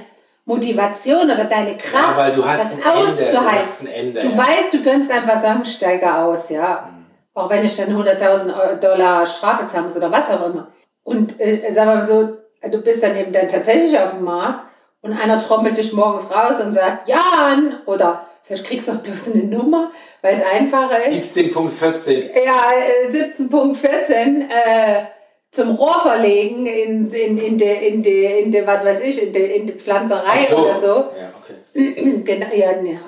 Motivation oder deine
Ja,
Kraft,
weil du hast
das
ein Ende, du hast ein Ende,
Du
ja.
weißt, du könntest einfach sagen, steige aus, ja. Auch wenn ich dann 100.000 Eu- Dollar Strafe zahlen muss oder was auch immer. Und äh, sagen wir mal so, du bist dann eben dann tatsächlich auf dem Mars und einer trommelt dich morgens raus und sagt, Jan! Oder vielleicht kriegst du noch bloß eine Nummer, weil es einfacher ist.
17.14.
Ja, äh, 17.14 äh, zum Rohr verlegen in, in, in der, in der, in der, was weiß ich, in der, in der Pflanzerei oder so.
Ja, okay.
Genau, ja, ja.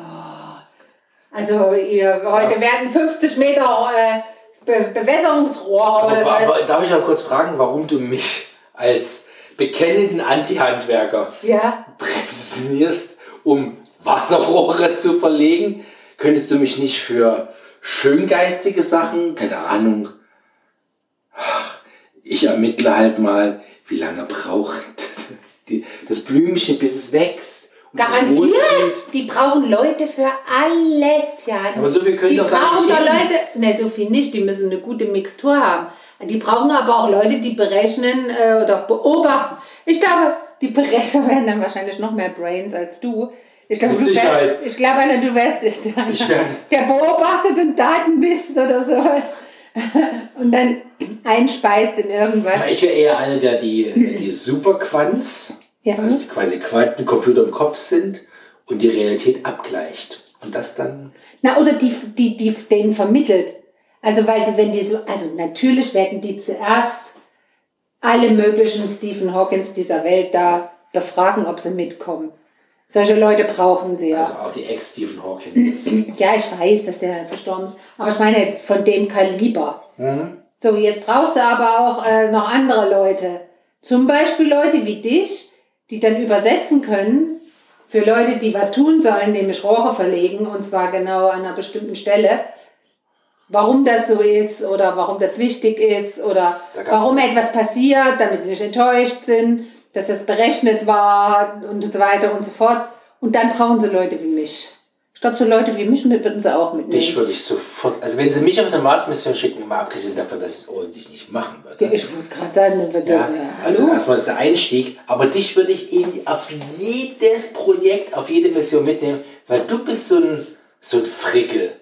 Also ihr, heute werden 50 Meter äh, Be Bewässerungsrohr
Aber,
oder so.
aber, darf ich mal kurz fragen, warum du mich als bekennenden Anti-Handwerker
Ja.
prädestinierst, um Wasserrohre zu verlegen? Könntest du mich nicht für schöngeistige Sachen, keine Ahnung, ich ermittle halt mal, wie lange braucht die, das Blümchen, bis es wächst. und sich wohlfühlt.
Garantiert, die brauchen Leute für alles, ja.
Aber so viel können
die
doch gar
brauchen
nicht
doch
jeden.
Leute, ne, so viel nicht, die müssen eine gute Mixtur haben. Die brauchen aber auch Leute, die berechnen äh, oder beobachten. Ich glaube, die Berechner werden dann wahrscheinlich noch mehr Brains als du. Ich glaube,
Mit
du wär-
Sicherheit.
ich glaube, Anna, du wärst nicht der, der beobachtet und Daten misst oder sowas. Und dann einspeist in irgendwas.
Ich wäre eher einer, der die, die Superquants,
Ja.
also die quasi Quantencomputer im Kopf sind und die Realität abgleicht. Und das dann.
Na, oder die, die, die denen vermittelt. Also, weil, die- wenn die so, also natürlich werden die zuerst alle möglichen Stephen Hawkins dieser Welt da befragen, ob sie mitkommen. Solche Leute brauchen sie ja.
Also auch die Ex-Stephen Hawkins.
ja, ich weiß, dass der verstorben ist. Aber ich meine, jetzt von dem Kaliber.
Mhm.
So, jetzt brauchst du aber auch äh, noch andere Leute. Zum Beispiel Leute wie dich, die dann übersetzen können für Leute, die was tun sollen, nämlich Rohre verlegen und zwar genau an einer bestimmten Stelle. Warum das so ist oder warum das wichtig ist oder
Da gab's-
warum etwas passiert, damit die nicht enttäuscht sind, dass das berechnet war und so weiter und so fort. Und dann brauchen sie Leute wie mich. Ich glaube, so Leute wie mich würden sie auch mitnehmen.
Dich würde ich sofort. Also wenn sie mich auf eine Mars-Mission schicken, mal abgesehen davon, dass ich es ordentlich nicht machen würde.
Ja, ich wollte gerade sagen, dann wird
Ja,
ja,
also
hallo?
erstmal ist der Einstieg, aber dich würde ich in, auf jedes Projekt, auf jede Mission mitnehmen, weil du bist so ein, so ein Frickel.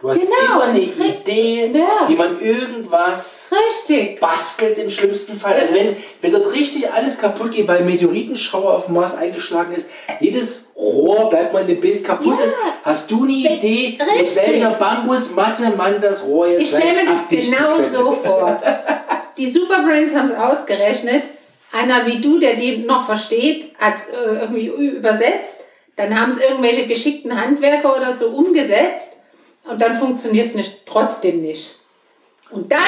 Du hast
Genau,
immer
ein
eine
Frick-
Idee,
Ja.
wie man irgendwas
Richtig.
bastelt im schlimmsten Fall. Also wenn, wenn dort richtig alles kaputt geht, weil ein Meteoritenschauer auf dem Mars eingeschlagen ist, jedes Rohr bleibt mal in dem Bild kaputt
Ja.
ist, hast du eine Idee, mit
richtig.
welcher Bambusmatte man das Rohr jetzt
Ich stelle mir
leicht
das
abdichten
genau
könnte.
so vor. Die Superbrains haben es ausgerechnet. Einer wie du, der die noch versteht, hat äh, irgendwie ü- übersetzt. Dann haben es irgendwelche geschickten Handwerker oder so umgesetzt. Und dann funktioniert es nicht, trotzdem nicht. Und dann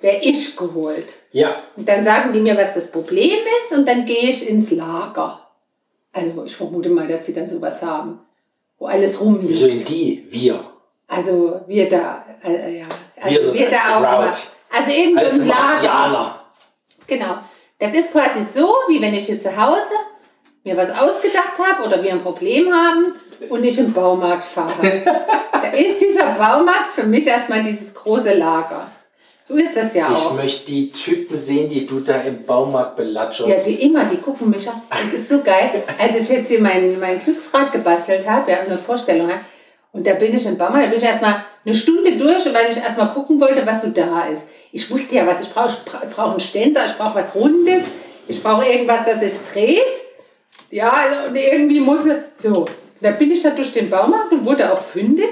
wäre ich geholt.
Ja,
Und dann sagen die mir, was das Problem ist, und dann gehe ich ins Lager. Also ich vermute mal, dass die dann sowas haben, wo alles rumliegt.
wieso denn die? Wir.
Also wir da, äh, ja. Also
Wir
wir,
sind
da
als
auch
Crowd.
mal. Also in
Als
so einem Lager.
Marsianer.
Genau. Das ist quasi so, wie wenn ich hier zu Hause mir was ausgedacht habe oder wir ein Problem haben und ich im Baumarkt fahre. da ist dieser Baumarkt für mich erstmal dieses große Lager. So ist das ja
Ich
auch.
möchte die Typen sehen, die du da im Baumarkt belatscherst.
Ja, wie immer, die gucken mich an. Das ist so geil. Als ich jetzt hier mein, mein Glücksrad gebastelt habe, wir haben eine Vorstellung, ja, und da bin ich in Bammer, da bin ich erstmal eine Stunde durch, weil ich erstmal gucken wollte, was so da ist. Ich wusste ja, was ich brauche. Ich bra- brauche einen Ständer, ich brauche was Rundes, ich brauche irgendwas, das sich dreht. Ja, also, und irgendwie muss es. So, da bin ich da durch den Baumarkt und wurde auch fündig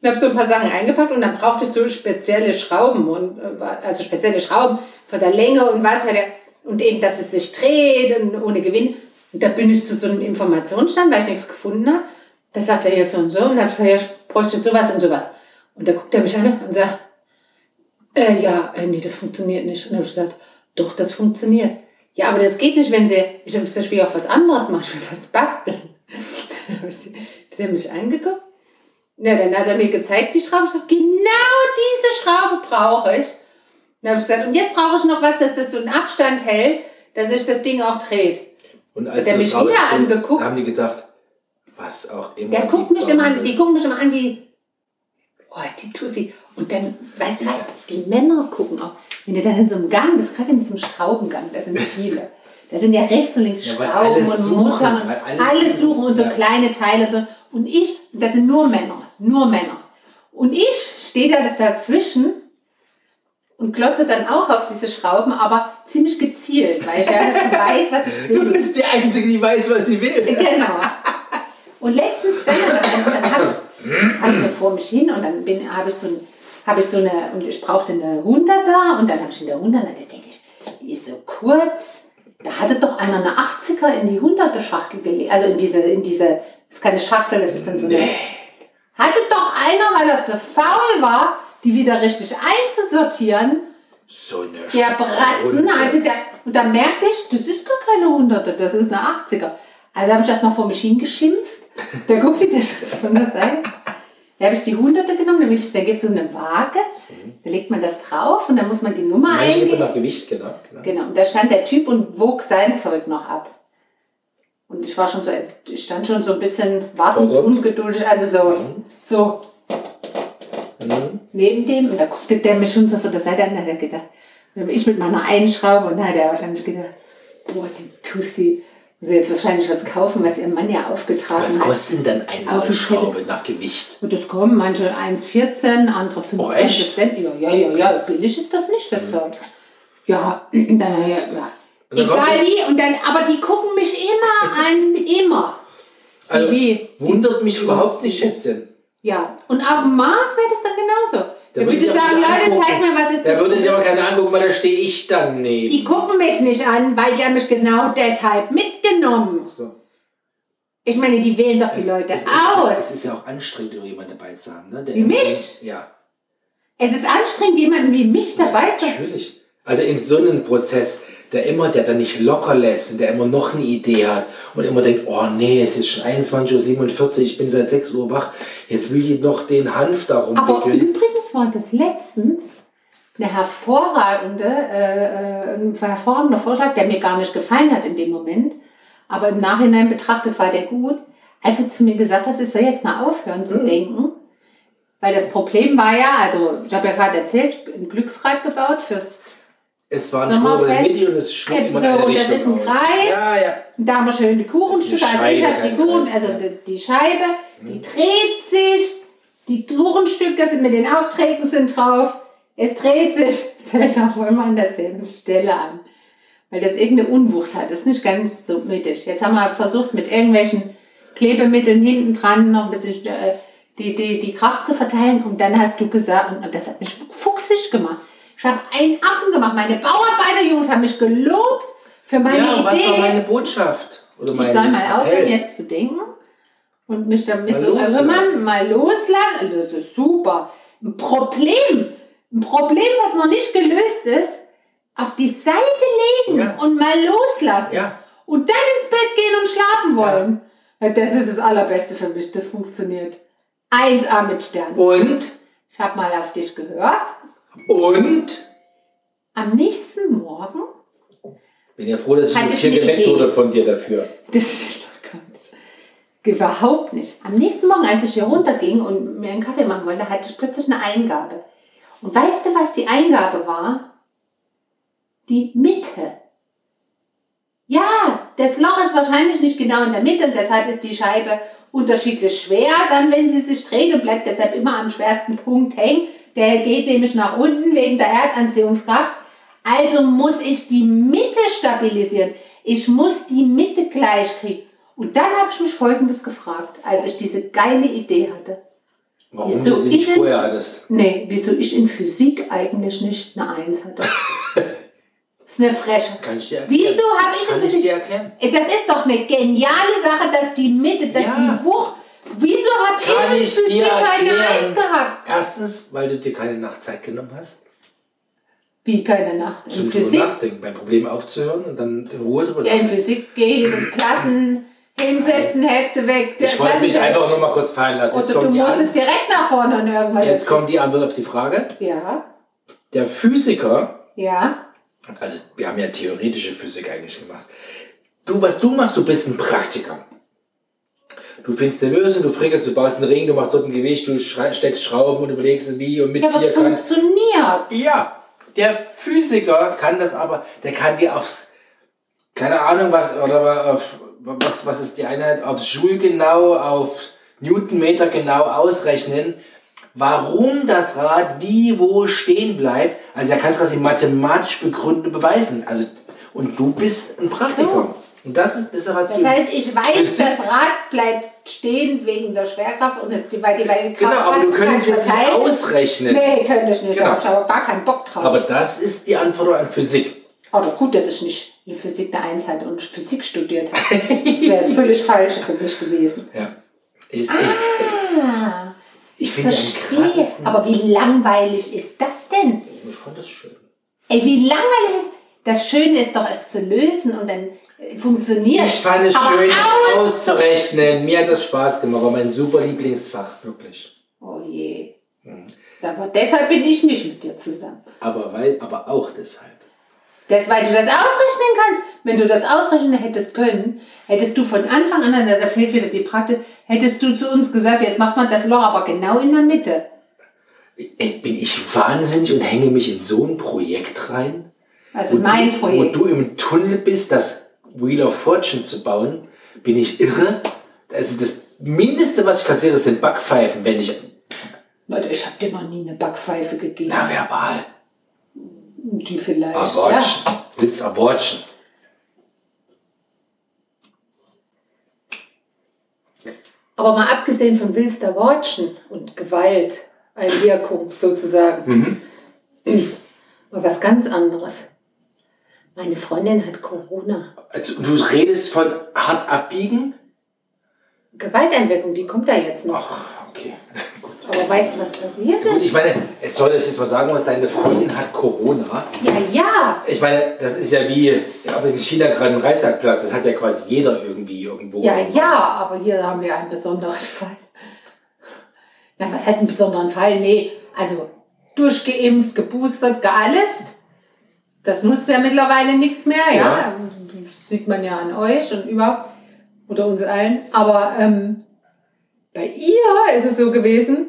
und habe so ein paar Sachen eingepackt und dann brauchte ich so spezielle Schrauben und äh, also spezielle Schrauben von der Länge und was weil der, und eben, dass es sich dreht und ohne Gewinn. Und da bin ich zu so einem Informationsstand, weil ich nichts gefunden habe. Da sagt er ja so und so und dann habe ich gesagt, ja, ich bräuchte sowas und sowas. Und da guckt er mich an und sagt, äh, ja, äh, nee, das funktioniert nicht. Und dann hab ich gesagt, doch, das funktioniert. Ja, aber das geht nicht, wenn sie, ich habe gesagt, ich will auch was anderes machen, ich will was basteln. Dann hab ich- Dann hat er mich angeguckt. Na, dann hat er mir gezeigt, die Schraube. Ich sag, genau diese Schraube brauche ich. Dann habe ich gesagt, und jetzt brauche ich noch was, dass das so einen Abstand hält, dass sich das Ding auch dreht.
Und als
Der
du
mich
raus
wieder
bist,
angeguckt.
haben die gedacht, was auch immer.
Der guckt mich
die
immer an,
Bauern-
die gucken mich immer an wie, oh, die Tussi. Und dann, weißt du was, die Männer gucken auch. Wenn du dann in so einem Gang bist, gerade in so einem Schraubengang, da sind viele. Da sind ja rechts und links
Ja, weil
Schrauben
alles
und
suchen,
Muttern und
weil alles
alles, suchen und so
ja.
kleine Teile. Und, so. und ich, das sind nur Männer, nur Männer. Und ich stehe da dazwischen und glotze dann auch auf diese Schrauben, aber ziemlich gezielt, weil ich ja weiß, was ich will.
Du bist die Einzige, die weiß, was sie will.
Genau. Und letztens dann, dann habe ich, hab ich so vor mich hin und dann bin, habe ich so ein, habe ich so eine, und ich brauchte eine 100er und dann habe ich in der 100er, da denke ich, die ist so kurz. Da hatte doch einer eine 80er in die 100er Schachtel gelegt. Also in diese, in diese, das ist keine Schachtel, das ist dann so eine. Hatte doch einer, weil er zu faul war, die wieder richtig einzusortieren,
So eine
der Bratzen halt
Strunze.
hatte der. Und da merkte ich, das ist gar keine 100er, das ist eine 80er. Also habe ich erstmal vor mich hingeschimpft. Da guckte der schon von der Seite. Da habe ich die 100er genommen, damit ich, da gibt es so eine Waage. Da legt man das drauf und dann muss man die Nummer
Manche gibt
eingeben.
man nach Gewicht, genau. genau.
Genau, und da stand der Typ und wog sein Zeug noch ab. Und ich war schon so, ich stand schon so ein bisschen wartend,
Verrückt.
ungeduldig, also so, so neben dem. Und da guckte der mich schon so von der Seite an, da hat er gedacht, und dann bin ich mit meiner einen Schraube und da hat er wahrscheinlich gedacht, boah, dem Tussi, muss er jetzt wahrscheinlich was kaufen, was ihr Mann ja aufgetragen
Was
hat.
kostet denn dann eine
Auf
solche
dem Schritt.
Schraube nach Gewicht?
Und das kommen manche 1,14, andere 25
Oh,
echt?
Cent. Ja, ja, ja, ja, billig ist das nicht, das Zeug. Ja, dann, ja, ja.
Mhm. dann kommt
Egal wie, und dann, aber die gucken mich immer an, immer. Sie
Also,
wie,
Wundert mich überhaupt nicht, Schätzchen.
ja. Und auf dem Mars wäre das dann genauso. Da würde ich
sich
sagen,
aber nicht
Leute,
angucken.
zeigt mir, was ist
Der
das?
würde dich aber keiner angucken, weil da stehe ich daneben.
Die gucken mich nicht an, weil die haben mich genau deshalb mitgenommen.
So.
Ich meine, die wählen doch die Leute
Es ist, es
aus.
ist ja auch anstrengend, so jemanden dabei zu haben. Ne? Der
Wie mich?
Ja,
Es ist anstrengend, jemanden wie mich dabei zu
natürlich. Also in so einem Prozess, der immer, der dann nicht locker lässt und der immer noch eine Idee hat und immer denkt, oh nee, es ist schon 21.47 Uhr, ich bin seit 6 Uhr wach, jetzt will die noch den Hanf da
Aber um
rumwickeln.
übrigens war das letztens eine hervorragende, äh, äh, ein hervorragender Vorschlag, der mir gar nicht gefallen hat in dem Moment. Aber im Nachhinein betrachtet war der gut. Als du zu mir gesagt hast, ich soll jetzt mal aufhören zu denken, weil das Problem war ja, also ich habe ja gerade erzählt, ein Glücksrad gebaut fürs
Es war ein Schwur
Sommerfest.
Mittel und es schlug immer in
so,
eine
das
Richtung
ist ein
aus.
Kreis.
Ja, ja.
Und da haben wir schöne Kuchenstücke.
Das ist eine
Also
Scheibe, kein
ich habe die
Mhm.
Kuchen,
Kreis,
also
ja.
die- die Scheibe, die dreht sich. Die Kuchenstücke sind mit den Aufträgen sind drauf. Es dreht sich. Es hält auch immer an derselben Stelle an. Weil das irgendeine Unwucht hat. Das ist nicht ganz so mittig. Jetzt haben wir versucht, mit irgendwelchen Klebemitteln hinten dran noch ein bisschen äh, die, die, die Kraft zu verteilen. Und dann hast du gesagt, und das hat mich fuchsig gemacht. Ich habe einen Affen gemacht. Meine Bauarbeiterjungs haben mich gelobt für meine
ja,
Idee.
und was war meine Botschaft? Oder
Ich
mein
soll mal
Appell?
aufhören, jetzt zu denken und mich damit
Mal
zu
loslassen.
kümmern, mal loslassen. Das ist super. Ein Problem, ein Problem, was noch nicht gelöst ist, auf die Seite legen
Ja.
und mal loslassen.
Ja.
Und dann ins Bett gehen und schlafen wollen. Ja, Das ist das Allerbeste für mich. Das funktioniert. 1A mit Stern.
Und,
Ich habe mal auf dich gehört.
und,
Am nächsten Morgen
Bin ja froh, dass ich
Hatte
jetzt
ich
hier
eine
geweckt
Idee.
wurde von dir dafür.
Das stimmt doch gar nicht. Überhaupt nicht. Am nächsten Morgen, als ich hier runterging und mir einen Kaffee machen wollte, hatte ich plötzlich eine Eingabe. Und weißt du, was die Eingabe war? Die Mitte. Ja, das Loch ist wahrscheinlich nicht genau in der Mitte und deshalb ist die Scheibe unterschiedlich schwer. Dann, wenn sie sich dreht und bleibt deshalb immer am schwersten Punkt hängen, der geht nämlich nach unten wegen der Erdanziehungskraft. Also muss ich die Mitte stabilisieren. Ich muss die Mitte gleich kriegen. Und dann habe ich mich Folgendes gefragt, als ich diese geile Idee hatte.
warum
Wieso
du sie nicht
ist es-
vorher hattest.
Nee, wieso ich in Physik eigentlich nicht eine Eins hatte. ist eine Frechheit.
Kann ich dir erklären.
Wieso habe ich
Kann
in
ich
Physik
dir erklären.
das ist doch eine geniale Sache, dass die Mitte, dass
Ja.
die Wucht. Wieso habe
Kann
ich in
ich dir
Physik keine
erklären.
Eins gehabt?
Erstens, weil du dir keine Nachtzeit genommen hast,
Wie keine Nacht? In
zum drüber
Physik?
nachdenken, beim Problem aufzuhören und dann in Ruhe drüber
Ja, in
nachdenken.
Physik geht es Klassen hinsetzen, Hefte weg. der
Ich wollte mich
Klassen-
einfach nur mal kurz fallen lassen. Jetzt
Oder du
kommt, die
musst
An
es direkt nach vorne und irgendwas.
Jetzt kommt die Antwort auf die Frage.
Ja,
Der Physiker,
ja.
Also, wir haben ja theoretische Physik eigentlich gemacht. Du, was du machst, du bist ein Praktiker.
du findest eine Lösung, du frickelst, du baust einen Ring, du machst dort ein Gewicht, du schrei- steckst Schrauben und überlegst wie und mit
Ja, was
Vierkant.
funktioniert?
Ja, der Physiker kann das aber, der kann dir aufs, keine Ahnung was, oder auf, was, was ist die Einheit, auf Joule genau, auf Newtonmeter genau ausrechnen, warum das Rad wie wo stehen bleibt. Also er kann es quasi mathematisch begründen und beweisen. Also, und du bist ein Praktiker. Und das ist, das ist aber
Das heißt, ich weiß, das Rad bleibt stehen wegen der Schwerkraft und es, weil die beiden
Genau, aber du könntest jetzt nicht ausrechnen.
Nee, könnte ich nicht.
Genau.
Da habe ich aber gar keinen Bock drauf.
Aber das ist die Anforderung an Physik.
Aber gut, dass ich nicht in Physik eine Eins hatte und Physik studiert habe. Das wäre das völlig Falsche für mich gewesen.
Ja.
Ah.
Ist, ich ich finde ja am
Verstehe.
krassesten.
Aber wie langweilig ist das denn?
Ich fand das schön.
Ey, wie langweilig ist das? Schöne ist doch, es zu lösen und dann äh, funktioniert.
Ich fand es
Aber
schön
aus-
auszurechnen. Mir hat das Spaß gemacht, war mein super Lieblingsfach, wirklich.
Oh je.
Mhm.
Aber deshalb bin ich nicht mit dir zusammen.
Aber weil, aber auch deshalb.
Das, weil du das ausrechnen kannst. Wenn du das ausrechnen hättest können, hättest du von Anfang an, da fehlt wieder die Praktik, hättest du zu uns gesagt, jetzt macht man das Loch aber genau in der Mitte.
Ey, bin ich wahnsinnig und hänge mich in so ein Projekt rein?
Also
wo
mein
du,
Projekt.
Wo du im Tunnel bist, das Wheel of Fortune zu bauen, bin ich irre. Also das Mindeste, was ich kassiere, sind Backpfeifen, wenn ich...
Leute, ich habe dir noch nie eine Backpfeife gegeben.
Na, ah, verbal.
Die vielleicht.
Abortion.
Ja.
Willst Abortion.
Aber mal abgesehen von wilster Wortchen und Gewalt, Einwirkung sozusagen,
Mhm.
war was ganz anderes. Meine Freundin hat Corona.
Also du redest von hart abbiegen?
Gewalteinwirkung, die kommt da jetzt noch.
Okay.
Aber weißt du, was passiert
Gut,
ist?
ich meine, jetzt soll ich jetzt mal sagen, was deine Freundin hat Corona.
Ja, ja.
Ich meine, das ist ja wie, ob in China gerade ein Reichstagplatz, das hat ja quasi jeder irgendwie irgendwo.
Ja, ja, aber hier haben wir einen besonderen Fall. Na, was heißt einen besonderen Fall? Nee, also durchgeimpft, geboostert, geallest. Das nutzt ja mittlerweile nichts mehr, ja.
Ja.
Das sieht man ja an euch und überhaupt oder uns allen. Aber ähm, bei ihr ist es so gewesen,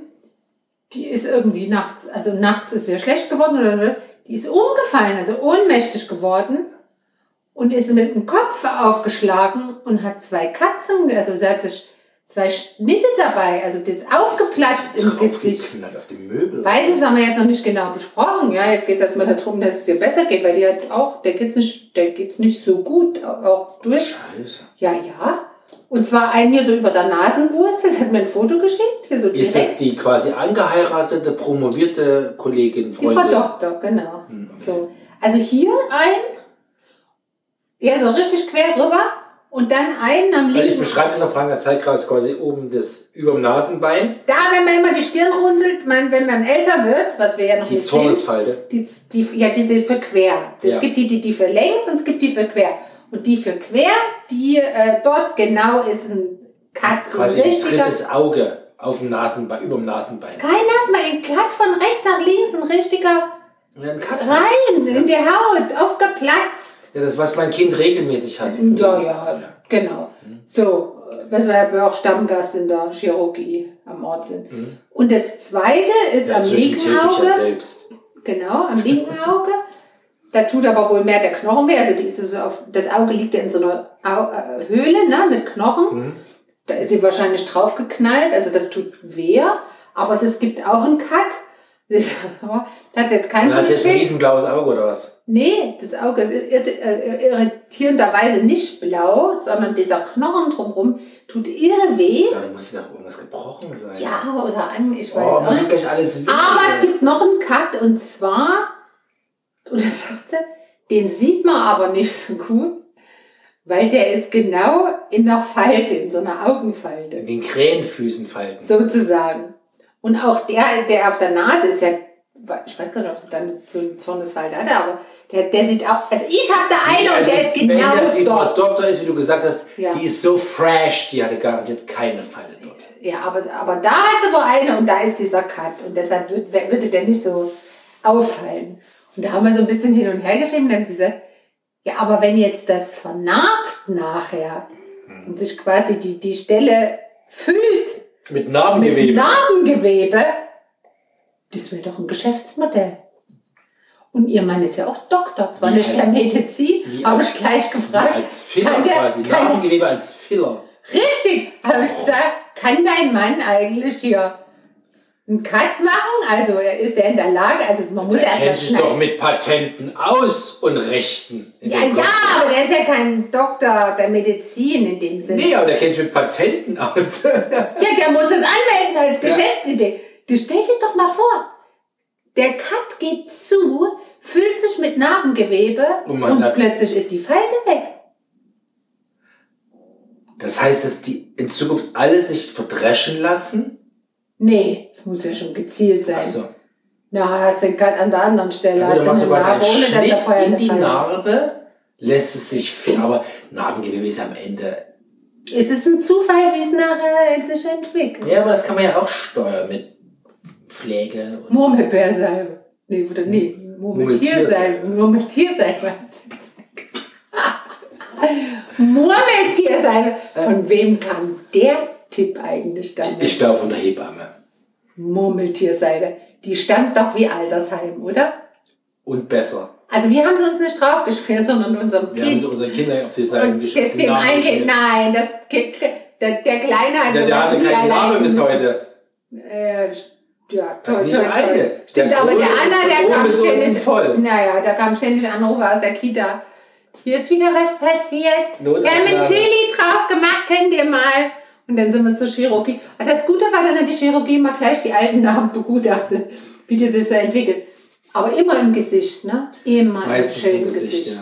die ist irgendwie nachts, also nachts ist ihr schlecht geworden oder so, die ist umgefallen, also ohnmächtig geworden und ist mit dem Kopf aufgeschlagen und hat zwei Katzen, also sie hat sich zwei Schnitte dabei, also das aufgeplatzt im Gesicht.
Geknallt auf dem Möbel.
Weiß ich, das haben wir jetzt noch nicht genau besprochen. Ja, jetzt geht es erstmal darum, dass es dir besser geht, weil dir hat auch, der geht's nicht, der geht's nicht so gut au- auch durch. Ja, ja. Und zwar einen hier so über der Nasenwurzel, das hat mir ein Foto geschickt, hier so
Ist das
direkt.
die quasi angeheiratete, promovierte Kollegin,
Die Frau
Freundin?
Doktor, genau.
Hm,
So. Also hier ein, ja, so richtig quer rüber und dann einen am
Weil Also ich
linken.
beschreibe das auf Fragen der Zeitkreis quasi oben das, über dem Nasenbein,
Da, wenn man immer die Stirn runzelt, man, wenn man älter wird, was wir ja noch
die
nicht sehen,
Zornesfalte.
Die, die, ja, diese für quer. Es
Ja.
gibt die, die, die für längs und es gibt die für quer. Und die für quer, die äh, dort genau ist ein Katzen.
Quasi ein
richtiger.
drittes Auge auf dem Nasenbein, über dem Nasenbein.
Kein Nass, mal ein Cut von rechts nach links, ein richtiger
Und dann Cut.
rein in die Haut, aufgeplatzt.
Ja, das, was mein Kind regelmäßig hat.
Ja, ja, genau. So, äh, was wir ja auch Stammgast in der Chirurgie am Ort sind. Und das zweite ist
Mhm. Ja,
am linken
zwischentäglich ja
Auge.
selbst.
Genau, am linken Auge. Da tut aber wohl mehr der Knochen weh. Also die ist so so auf, das Auge liegt ja in so einer Au äh, Höhle ne, mit Knochen.
Mhm.
Da ist sie wahrscheinlich draufgeknallt. Also das tut weh. Aber es, es gibt auch einen Cut. Das hat jetzt kein
Dann Also hat sie jetzt ein
Sinn.
riesenblaues Auge oder was?
Nee, das Auge ist irrti- äh, irritierenderweise nicht blau, sondern dieser Knochen drumherum tut irre weh.
Ja, dann muss sie doch irgendwas gebrochen sein.
Ja, oder an, ich weiß
Oh,
auch
muss
nicht.
ich gleich alles wissen.
Aber es gibt noch einen Cut und zwar, und das sagt sie, den sieht man aber nicht so gut, weil der ist genau in der Falte, in so einer Augenfalte
In den Krähenfüßen falten.
sozusagen. Und auch der, der auf der Nase ist ja, ich weiß gar nicht, ob sie dann so einen Zornesfall hatte, aber der, der sieht auch, also ich habe da einen und der ist genau
Also, Wenn das die Frau
dort.
Doktor ist, wie du gesagt hast,
Ja.
die ist so fresh, die hatte garantiert keine Falle dort.
Ja, aber, aber da hat sie wohl eine und da ist dieser Cut. Und deshalb würd, wär- würde der nicht so auffallen. Und da haben wir so ein bisschen hin und her geschrieben und dann hab ich gesagt, ja, aber wenn jetzt das vernarbt nachher und sich quasi die, die Stelle füllt
Mit
mit
Narbengewebe.
Narbengewebe, das wäre doch ein Geschäftsmodell. Und ihr Mann ist ja auch Doktor, zwar
Wie
nicht
als-
der Medizin, habe ich gleich gefragt.
Als Filler
kann der,
quasi.
kann der,
Narbengewebe als Filler.
Richtig, habe ich gesagt, kann dein Mann eigentlich hier einen Cut machen? Also er ist ja in der Lage, also man muss erst mal
Kennt sich doch
schneiden.
mit Patenten aus und Rechten. In
Ja,
dem
ja,
Kopf.
aber der ist ja kein Doktor der Medizin in dem Sinne.
Nee, aber der kennt sich mit Patenten aus.
Ja, der muss das anmelden als Geschäftsidee. Du stell dir doch mal vor, der Cut geht zu, füllt sich mit Narbengewebe
Und
und,
man sagt-
plötzlich ist die Falte weg.
Das heißt, dass die in Zukunft alles sich verdreschen lassen?
Nee, das muss ja schon gezielt sein.
Achso.
Na, hast den Cut an der anderen Stelle.
Ja, gut, dann
hast
machst
du
du
eine
quasi einen
Narbe, ohne dass der Feuer
Schnitt in die
gefallen ist.
Narbe, lässt es sich viel, aber Narbengewebe ist am Ende.
Es ist ein Zufall, wie es nachher sich entwickelt.
Ja, aber das kann man ja auch steuern mit Pflege. Und
Murmelbeersalbe. Nee, oder nee, Murmeltiersalbe. Murmeltiersalbe. Murmeltiersalbe. Von wem kam der Tipp eigentlich dann?
ich glaube von der Hebamme.
Murmeltiersalbe. Die stand doch wie Altersheim, oder?
Und besser.
Also wir haben sie uns nicht draufgespielt, sondern unserem
Wir haben
Kind.
so unsere Kinder auf die Seite
Und der,
geschrieben.
dem
Namen
einen Kind,
geschrieben.
nein, das Kind, der, der Kleine hat
Der, der
sowas
hatte
nie
keinen Namen bis
erlebt.
heute.
Äh, ja, toll,
Nicht
toll,
eine.
toll.
Der
Stimmt, aber der
Große ist
andere,
so
der kam
bis unten
ständig.
voll.
Naja, da kam ständig Anrufe aus der Kita. Hier ist wieder was passiert. Wir haben
Notaufnahme.
einen Peli drauf gemacht, kennt ihr mal. Und dann sind wir zur Chirurgie. Aber das Gute war dann, dass die Chirurgie mal gleich die alten Narben begutachtet, wie die sich so entwickelt. Aber immer im Gesicht, ne? Immer
Meistens
im schönen
im Gesicht,
Gesicht.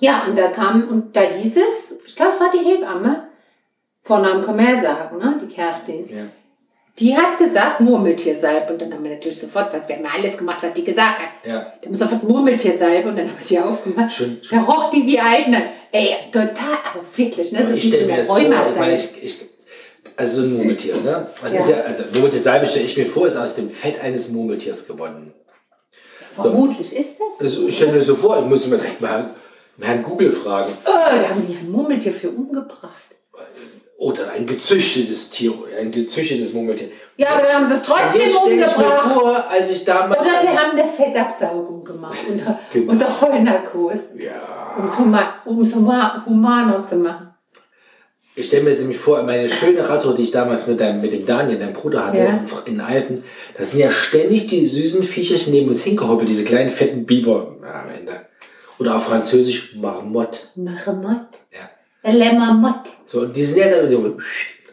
ja.
Ja, und da kam, und da hieß es, ich glaube, es war die Hebamme, Vornamen können wir ja sagen, ne? die Kerstin.
Ja.
Die hat gesagt, Murmeltiersalbe. Und dann haben wir natürlich sofort, was, wir haben ja alles gemacht, was die gesagt hat.
Ja.
Dann haben wir sofort Murmeltiersalbe und dann haben wir die aufgemacht.
Schön.
Da roch die wie alt. Ne? Ey, total, aber wirklich, ne? so
Ich stelle mir das vor, ich meine,
Rheumasalbe.
ich, ich, also so ein Murmeltier, ne? Das
Ja.
Ist ja, also Murmeltiersalbe stelle ich mir vor, ist aus dem Fett eines Murmeltiers gewonnen.
Vermutlich ist das.
Also ich stelle mir das so vor, ich muss mir direkt mal mal Herrn Google fragen.
Oh, da haben die ein Murmeltier für umgebracht.
Oder Oh, ein gezüchtetes Tier, ein gezüchtetes Murmeltier.
Ja, aber dann haben sie es
Wie
trotzdem
stelle ich mir
umgebracht.
vor, als ich damals...
Oder sie haben eine Fettabsaugung gemacht unter,
Genau.
unter Vollnarkose,
ja.
um es huma, um's huma, humaner zu machen.
Ich stelle mir jetzt nämlich vor, meine schöne Radtour, die ich damals mit, deinem, mit dem Daniel, deinem Bruder hatte,
Ja.
in den Alpen, da sind ja ständig die süßen Viecherchen neben uns hingehoppelt, diese kleinen fetten Biber ja, am Ende. Oder auf Französisch Marmot.
Marmot,
Ja.
Le Marmot.
So, und die sind ja dann so,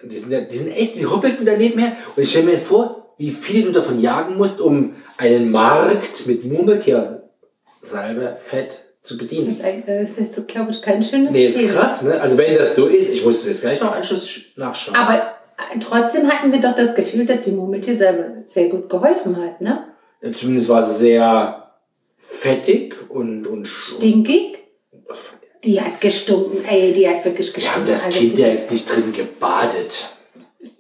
die sind, ja, die sind echt, die hoppelten daneben her. Und ich stelle mir jetzt vor, wie viele du davon jagen musst, um einen Markt mit Murmeltiersalbe, Fett zu bedienen.
Das ist ein- Das ist, glaube ich, kein schönes
Nee, ist
Thema.
krass, ne? Also wenn das so ist, ich muss das jetzt gleich noch im Anschluss nachschauen.
Aber äh, trotzdem hatten wir doch das Gefühl, dass die Murmeltier selber sehr gut geholfen hat, ne?
Ja, Zumindest war sie sehr fettig und, und sch-
Stinkig. Die hat gestunken, ey, die hat wirklich
Wir haben
gestunken.
das
Also
Kind
die-
ja jetzt nicht drin gebadet.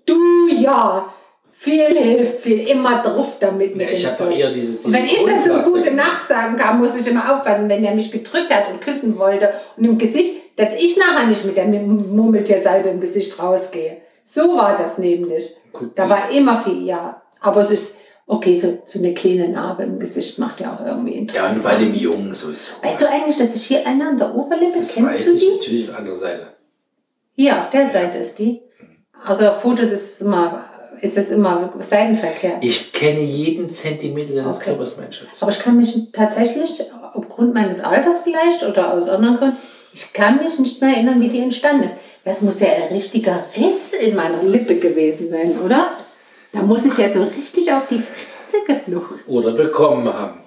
Du ja! Viel hilft viel, immer drauf damit. mit
Ja, ich
dem
hab
Zeug.
doch eher dieses-
Und wenn ich
dieses
das so
Grundplastik.
gute Nacht sagen kann, muss ich immer aufpassen, wenn der mich gedrückt hat und küssen wollte und im Gesicht, dass ich nachher nicht mit der Mum- Murmeltiersalbe im Gesicht rausgehe. So war das nämlich.
Gut.
da war immer viel, ja. Aber es ist, okay, so, so eine kleine Narbe im Gesicht macht ja auch irgendwie
Ja, und
interessant.
bei dem Jungen sowieso.
weißt du eigentlich, dass ich hier eine an der Oberlippe,
Das
kennst
weiß
du
ich
die?
natürlich auf anderer Seite.
Hier, auf der Seite ist die. Also auf Fotos ist es immer, ist es immer seitenverkehrt.
Ich kenne jeden Zentimeter deines
Okay.
Körpers, mein Schatz.
Aber ich kann mich tatsächlich, aufgrund meines Alters vielleicht oder aus anderen Gründen, ich kann mich nicht mehr erinnern, wie die entstanden ist. Das muss ja ein richtiger Riss in meiner Lippe gewesen sein, oder? Da muss ich ja so richtig auf die Fresse geflucht.
Oder bekommen haben.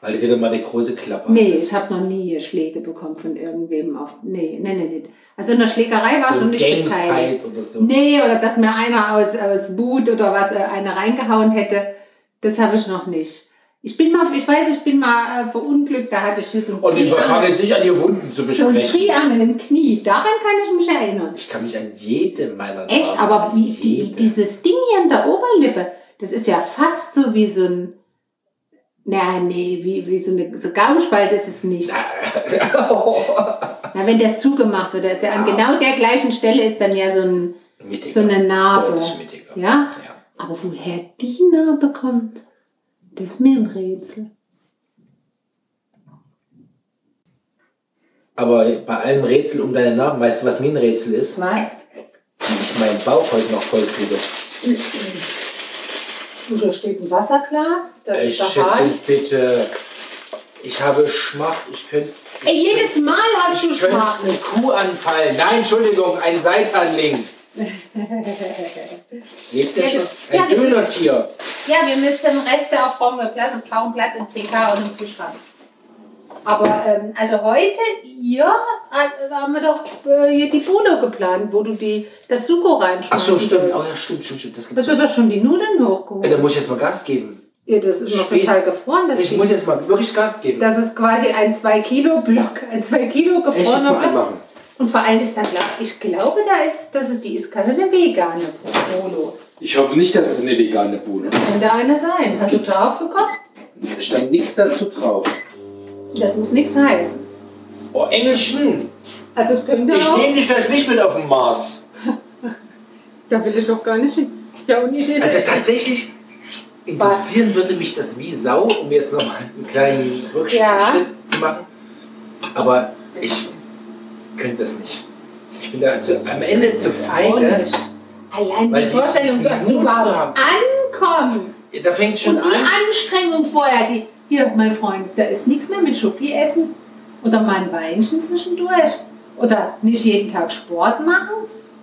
Weil du wieder mal die große Klappe
Nee,
hattest.
ich habe noch nie Schläge bekommen von irgendwem auf. Nee, nee, nee, nee. Also in der Schlägerei war
So
ich noch nicht beteiligt.
Gangfight oder so.
Nee, oder dass mir einer aus, aus Wut oder was äh, einer reingehauen hätte, das habe ich noch nicht. Ich bin mal, ich weiß, ich bin mal äh, verunglückt, da hatte ich diesen
Und wir fangen
Triangel-
jetzt nicht an, die Wunden zu
so ein
besprechen.
Triangel im Knie. Daran kann ich mich erinnern.
Ich kann mich an jede meiner
Echt,
Narben-
aber wie, die,
jede.
dieses Ding hier in der Oberlippe, das ist ja fast so wie so ein. Na, nee, wie, wie so eine so Gaumenspalte ist es nicht. Na, wenn das zugemacht wird, da ist ja an genau der gleichen Stelle ist dann ja so, ein,
Mittiger.
so eine Narbe.
Deutlich mittiger.
Ja?
Ja.
Aber woher die Narbe kommt, das ist mir ein Rätsel.
Aber bei allem Rätsel um deinen Namen, weißt du, was mir ein Rätsel ist?
Was?
Ich meinen Bauch heute noch voll kriege.
Da steht ein Wasserglas, da
Ich
ist der
schätze
Hahn.
es bitte. Ich habe Schmacht. Ich könnte
Ey, jedes Mal hast du
ich könnte
Schmack.
eine Kuh anfallen. Nein, Entschuldigung, ein Seitanling. Lebt der
Ja,
schon?
das- ja,
Ein
das-
Dönertier.
Ja, wir müssen Reste auf braunen Platz und brauchen Platz im TK und im Kühlschrank. Aber ähm, also heute, ja, äh, haben wir doch äh, hier die Bodo geplant, wo du die, das Suko reinschmeißt.
Ach so, stimmt. Oh
Das
ja, stimmt, stimmt, stimmt. Das gibt's.
hast du doch schon die Nudeln
Ey,
hochgeholt.
Da muss ich jetzt mal Gas geben.
Ja, das ist noch
Spät.
total gefroren. Das,
Ich muss jetzt mal wirklich Gas geben.
das ist quasi ein 2 Kilo Block, ein 2 Kilo
Echt jetzt
gefrorener
mal
Block.
anmachen.
Und vor allem ist dann, glaub- ich glaube, da ist, dass es die ist gerade eine vegane Polo.
Ich hoffe nicht, dass es eine vegane Bude ist.
Könnte eine sein. Hast du
gibt's-
drauf gekommen?
Da stand nichts dazu drauf.
Das muss nichts heißen.
Oh, Engelchen!
Also es könnte
Ich
auch.
nehme dich gleich nicht mit auf den Mars.
Da will ich doch gar nicht hin. Ja, und ich lese.
Also tatsächlich interessieren würde mich das wie Sau, um jetzt nochmal einen kleinen Rückschritt
Ja.
zu machen. Aber ich könnte das nicht. Ich bin da zu, am Ende zu ne? feige.
Allein
Weil
die
die-
Vorstellung, dass
die
du
Mut zu
überhaupt
haben.
ankommst.
Da fängt es schon
Und
an.
die Anstrengung vorher, die, hier, mein Freund, da ist nichts mehr mit Schoki essen oder mal ein Weinchen zwischendurch oder nicht jeden Tag Sport machen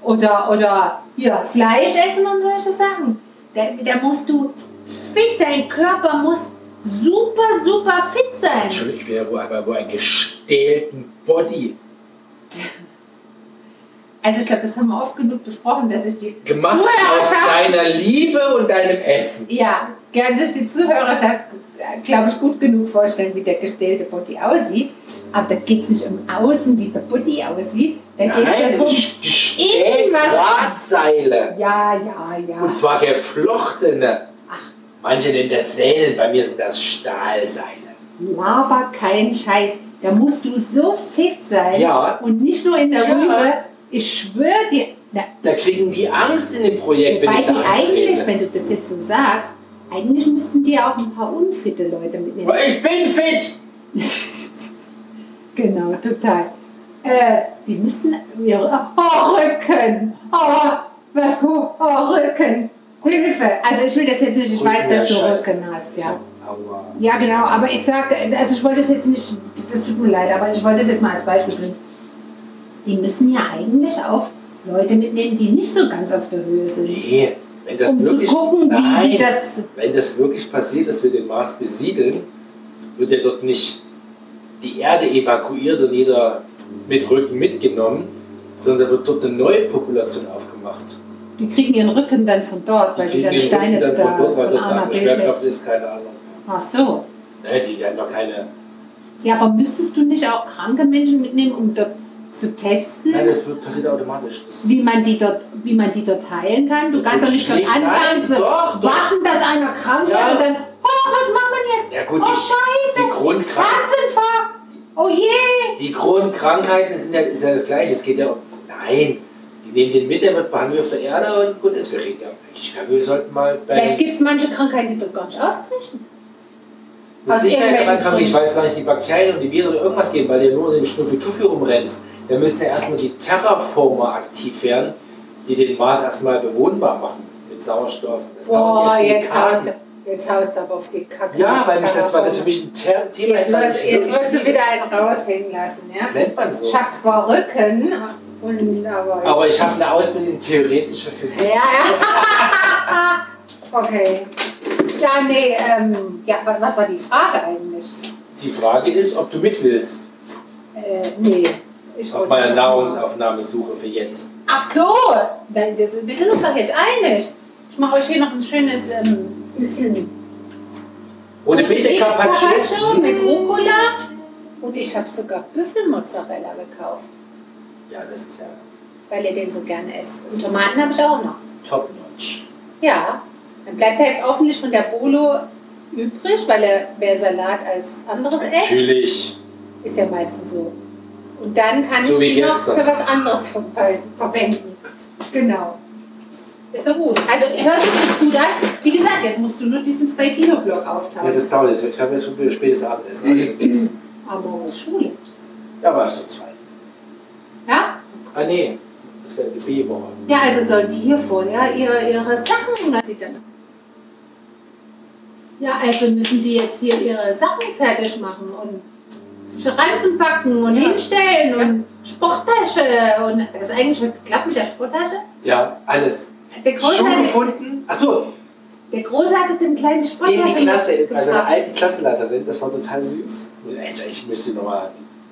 oder, oder hier Fleisch essen und solche Sachen. Da, da musst du fit, dein Körper muss super, super fit sein.
Entschuldigung, ich bin ja wohl, aber wohl einen gestählten Body.
Also ich glaube, das haben wir oft genug besprochen, dass ich die
Gemacht aus deiner Liebe und deinem Essen.
Ja, kann sich die Zuhörerschaft, glaube ich, gut genug vorstellen, wie der gestellte Body aussieht. Aber da geht es nicht um außen, wie der Body aussieht. Da geht es darum.
gestählte
irgendwas-
Drahtseile.
um- Ja, ja, ja.
Und zwar geflochtene. Manche nennen das Sälen, bei mir sind das Stahlseile.
Laber kein Scheiß. Da musst du so fit sein.
Ja.
Und nicht nur in der
Ja.
Rübe. Ich schwöre dir. Na,
Da kriegen die Angst in dem Projekt, wenn
Wobei
ich da
die eigentlich,
antrete.
wenn du das jetzt so sagst, eigentlich müssten die auch ein paar unfitte Leute mitnehmen.
Aber Ich bin fit!
Genau, total. Äh, die müssen ihre oh, Rücken. Oh, was gut. Oh, Rücken. Hilfe. Also ich will das jetzt nicht, ich weiß, dass du
Oh, Scheiße.
Rücken hast, ja. Ja, genau, aber ich sag, also ich wollte das jetzt nicht, das tut mir leid, aber ich wollte das jetzt mal als Beispiel bringen. Die müssen ja eigentlich auch Leute mitnehmen, die nicht so ganz auf der Höhe sind.
Nee, wenn das
Um zu
wirklich.
gucken, wie
nein,
die das-
Wenn das wirklich passiert, dass wir den Mars besiedeln, wird ja dort nicht die Erde evakuiert und jeder mit Rücken mitgenommen, sondern wird dort eine neue Population aufgemacht.
Die kriegen ihren Rücken dann von dort, weil die
kriegen
dann
den
Steine
Rücken dann
da
von dort, weil
von
dort
A nach
eine
B schleppen.
Schwerkraft ist, keine Ahnung.
Ach so.
Naja, die werden doch keine.
Ja, aber müsstest du nicht auch kranke Menschen mitnehmen, um dort zu testen,
Nein, das wird, passiert automatisch. Das
wie, man die dort, wie man die dort heilen kann? Du
Ja,
kannst doch nicht dort
schlägt-
anfangen
nein,
zu
doch, doch.
warten, dass einer krank
Ja.
wird und dann, oh, was machen wir jetzt?
Ja, gut,
oh,
die-
scheiße,
die Grundkrank-
Herzinfarkt, oh je.
Die Grundkrankheiten sind ja, ist ja das Gleiche. Es geht ja um. Nein, die nehmen den mit, der wird behandelt auf der Erde und gut ist. Wir reden ja. Ich glaube, wir sollten mal. Bei
Vielleicht gibt es manche Krankheiten, die dort gar nicht ausbrechen.
mit
aus
Sicherheit am
irgendwelchen
Anfang nicht,
Gründen.
weil es gar nicht die Bakterien und die Viren oder irgendwas geben, weil du nur in dem Schnuffi-Tuffi rumrennst. Da müssen ja erstmal die Terraformer aktiv werden, die den Mars erstmal bewohnbar machen mit Sauerstoff. Das
Boah,
dauert ja
jetzt haust,
Dekaden.
du, jetzt haust du aber auf die Kacke.
Ja, weil mich das war das für mich ein Ter Thema.
Jetzt
ist, was
wirst,
ich
jetzt
wirklich
wirst du
liebe.
wieder einen raushängen lassen, ja?
Das nennt man so.
Ich hab zwar Rücken, und, aber,
Aber ich habe eine Ausbildung in theoretischer Physik.
Ja, ja. okay. Ja, nee, ähm, ja, wa- was war die Frage eigentlich?
Die Frage ist, ob du mit willst.
Äh, nee. Ich
auf
wollte
meiner
schon
Nahrungsaufnahmesuche für jetzt.
raus. Ach so! Dann, das, wir sind uns doch jetzt einig. Ich mache euch hier noch ein schönes ähm,
Rote Bete Carpaccio.
Carpaccio mit Rucola. Und ich habe sogar Büffelmozzarella gekauft,
Ja, das ist ja
weil ihr den so gerne esst. Und Tomaten habe ich auch noch.
top notch.
Ja, dann bleibt halt hoffentlich von der Bolo übrig, weil er mehr Salat als anderes esst.
Natürlich.
Ist ja meistens so. Und dann kann
So
ich
wie
die noch
gestern.
für was anderes ver äh, verwenden. Genau. Ist doch gut. Also hört sich das gut an. Wie gesagt, jetzt musst du nur diesen 2-Kilo-Block
Ja,
auftauchen.
das dauert jetzt. Ich glaube, das wird wieder spätes Abendessen. Aber das ist-
Aber morgen ist Schule.
Da warst du zwei.
Ja?
Ah, nee. Das ist ja die B-Woche.
Ja, also sollen die hier vorher ihre, ihre Sachen. dass sie dann- Ja, also müssen die jetzt hier ihre Sachen fertig machen und Ranzen backen und hinstellen und Sporttasche. Und hat das eigentlich schon geklappt mit der Sporttasche?
Ja, alles.
Der Große,
Schon
hatte,
gefunden? Achso,
der Große hatte dem kleinen
in
die
die
Sporttasche
Klasse, also bei seiner
mitgebracht.
alten Klassenleiterin. Das war total süß. Alter, ich müsste nochmal.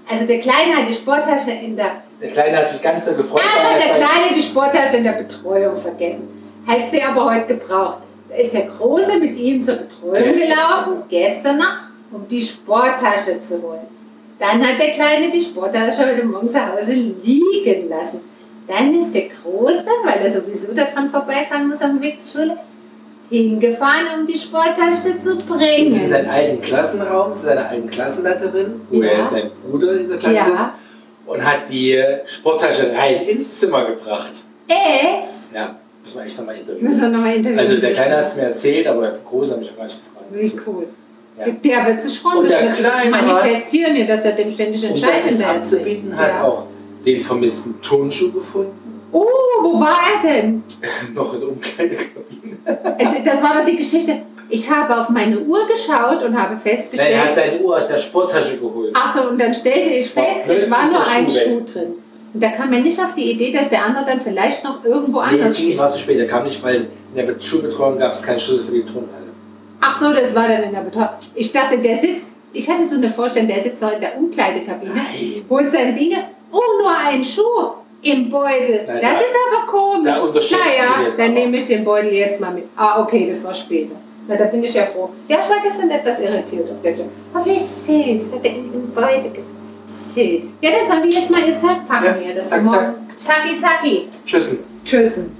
Also der Kleine hat die Sporttasche in der.
Der Kleine hat sich ganz da gefreut.
Also
aber
hat
er halt-
der
sagt,
Kleine die Sporttasche in der Betreuung vergessen. Hat sie aber heute gebraucht. Da ist der Große mit ihm zur Betreuung
Gestern.
gelaufen, gestern noch, um die Sporttasche zu holen. Dann hat der Kleine die Sporttasche heute Morgen zu Hause liegen lassen. Dann ist der Große, weil er sowieso daran vorbeifahren muss auf dem Weg zur Schule, hingefahren, um die Sporttasche zu
Ist es
bringen.
ein alten Klassenraum, ist es eine alten Klassenlatterin, wo
Ja.
er jetzt sein Bruder in der Klasse
Ja.
sitzt und hat die Sporttasche rein ins Zimmer gebracht.
Echt?
Ja, muss man echt nochmal interviewen.
Müssen wir nochmal interviewen.
Also der Kleine hat es mir erzählt, aber der Große habe ich auch gar nicht gefragt.
Wie cool.
Ja.
Der wird sich freuen,
Und
das
der
wird sich
Kleine hat-
manifestieren, ja, dass er dem ständig den
Um
Scheiß
das jetzt
hinterher erzählt.
abzubieten, hat
Ja.
auch den vermissten Turnschuh gefunden.
Oh, wo war er denn?
Noch in der Umkleidekabine.
Äh, Das war doch die Geschichte. Ich habe auf meine Uhr geschaut und habe
Nein, er hat
festgestellt.
seine Uhr aus der Sporttasche geholt.
Achso, und dann stellte ich
War
fest, es
plötzlich
war nur
der Schuh
ein
weg.
Schuh drin. Und da kam er nicht auf die Idee, dass der andere dann vielleicht noch irgendwo
Nee,
anders
es ging,
steht.
war zu spät. Er kam nicht, weil in der Schulbetreuung gab es keinen Schlüssel für die Turnhalle.
Ach so, das war dann in der Betreuung. Ich dachte, der sitzt, ich hatte so eine Vorstellung, der sitzt noch in der Umkleidekabine,
Nein.
holt sein Ding, das- oh, nur ein Schuh im Beutel.
Nein,
das
da-
ist aber komisch.
da unterschätzt du
naja,
jetzt
dann
aber.
nehme ich den Beutel jetzt mal mit. Ah, okay, das war später. Na, da bin ich ja froh. Ja, ich war gestern etwas irritiert auf der Tür. Oh, wie süß, hat er in den Beutel ge- Schön. Ja, dann soll die jetzt mal ihr Zeug packen
Ja,
hier. Das
zack,
wir morgen- Zacki, zacki.
Schlüssel.
Tschüssen.